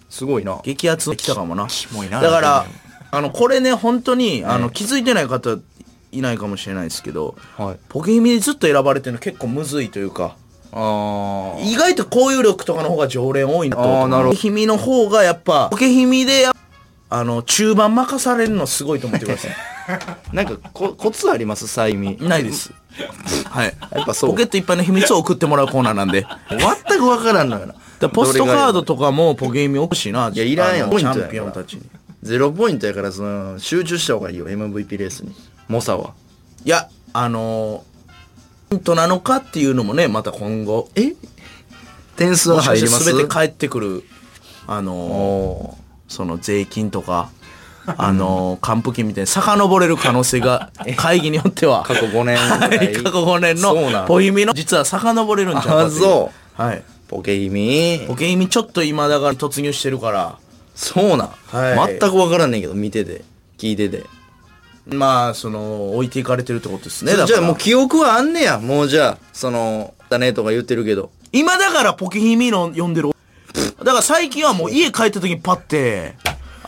S1: すごいな
S2: 激アツ来たかもな。
S1: モいな
S2: だから、あの、これね、本当に、あの、気づいてない方いないかもしれないですけど、
S1: はい
S2: ポケミでずっと選ばれてるの結構むずいというか、
S1: あ
S2: 意外と交友力とかの方が常連多いなと。
S1: あーなるほど
S2: ポケヒミの方がやっぱ、ポケヒミで、あの、中盤任されるのすごいと思ってください。
S1: あなんかこコツありますさいみ
S2: ないです。はい。
S1: やっぱそう
S2: ポケットいっぱいの秘密を送ってもらうコーナーなんで。だか
S1: 全く分からんのよな
S2: らポストカードとかもポケミ欲しいな。い
S1: やいらんよ
S2: チャンピオンたちに。
S1: ゼロポイントやからその集中した方がいいよ MVP レースに猛者はい
S2: や、あのー、ヒントなのかっていうのもね、また今後。
S1: え点数
S2: も
S1: は
S2: しか
S1: 入
S2: し
S1: り
S2: て
S1: ます
S2: 全て返ってくる、あのーその税金とか、あのー、還付金みたいに遡れる可能性 が、会議によっては。
S1: 過去5年
S2: は
S1: ぐらい
S2: い、過去5年
S1: そうな
S2: の
S1: ん、
S2: ポイミの、実は遡れるんちゃうかってい。
S1: あそう
S2: はい。
S1: ポケイミ
S2: ポケイミちょっと今だから突入してるから、
S1: そうなん、
S2: はい
S1: 全く分からんねんけど見てて聞いてて
S2: まあ、その、置いていかれてるってことですね。だから
S1: じゃあもう記憶はあんねやもうじゃあそのだねとか言ってるけど
S2: 今だからポケヒミの呼んでる。だから最近はもう家帰った時にパッて、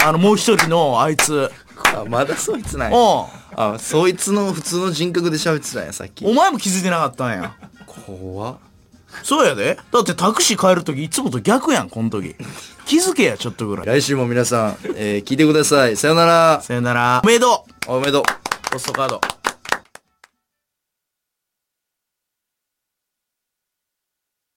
S2: あの、もう一人のあいつ、
S1: あまだそいつない
S2: おう
S1: あそいつの普通の人格で喋ってたんやさっき
S2: お前も気づいてなかったんや。
S1: 怖っ
S2: そうやで。だってタクシー帰る時いつもと逆やん、この時。気づけや、ちょっとぐらい。
S1: 来週も皆さん、えー聞いてくださいさよなら
S2: さよなら。おめでとう
S1: おめでとう
S2: ポストカード。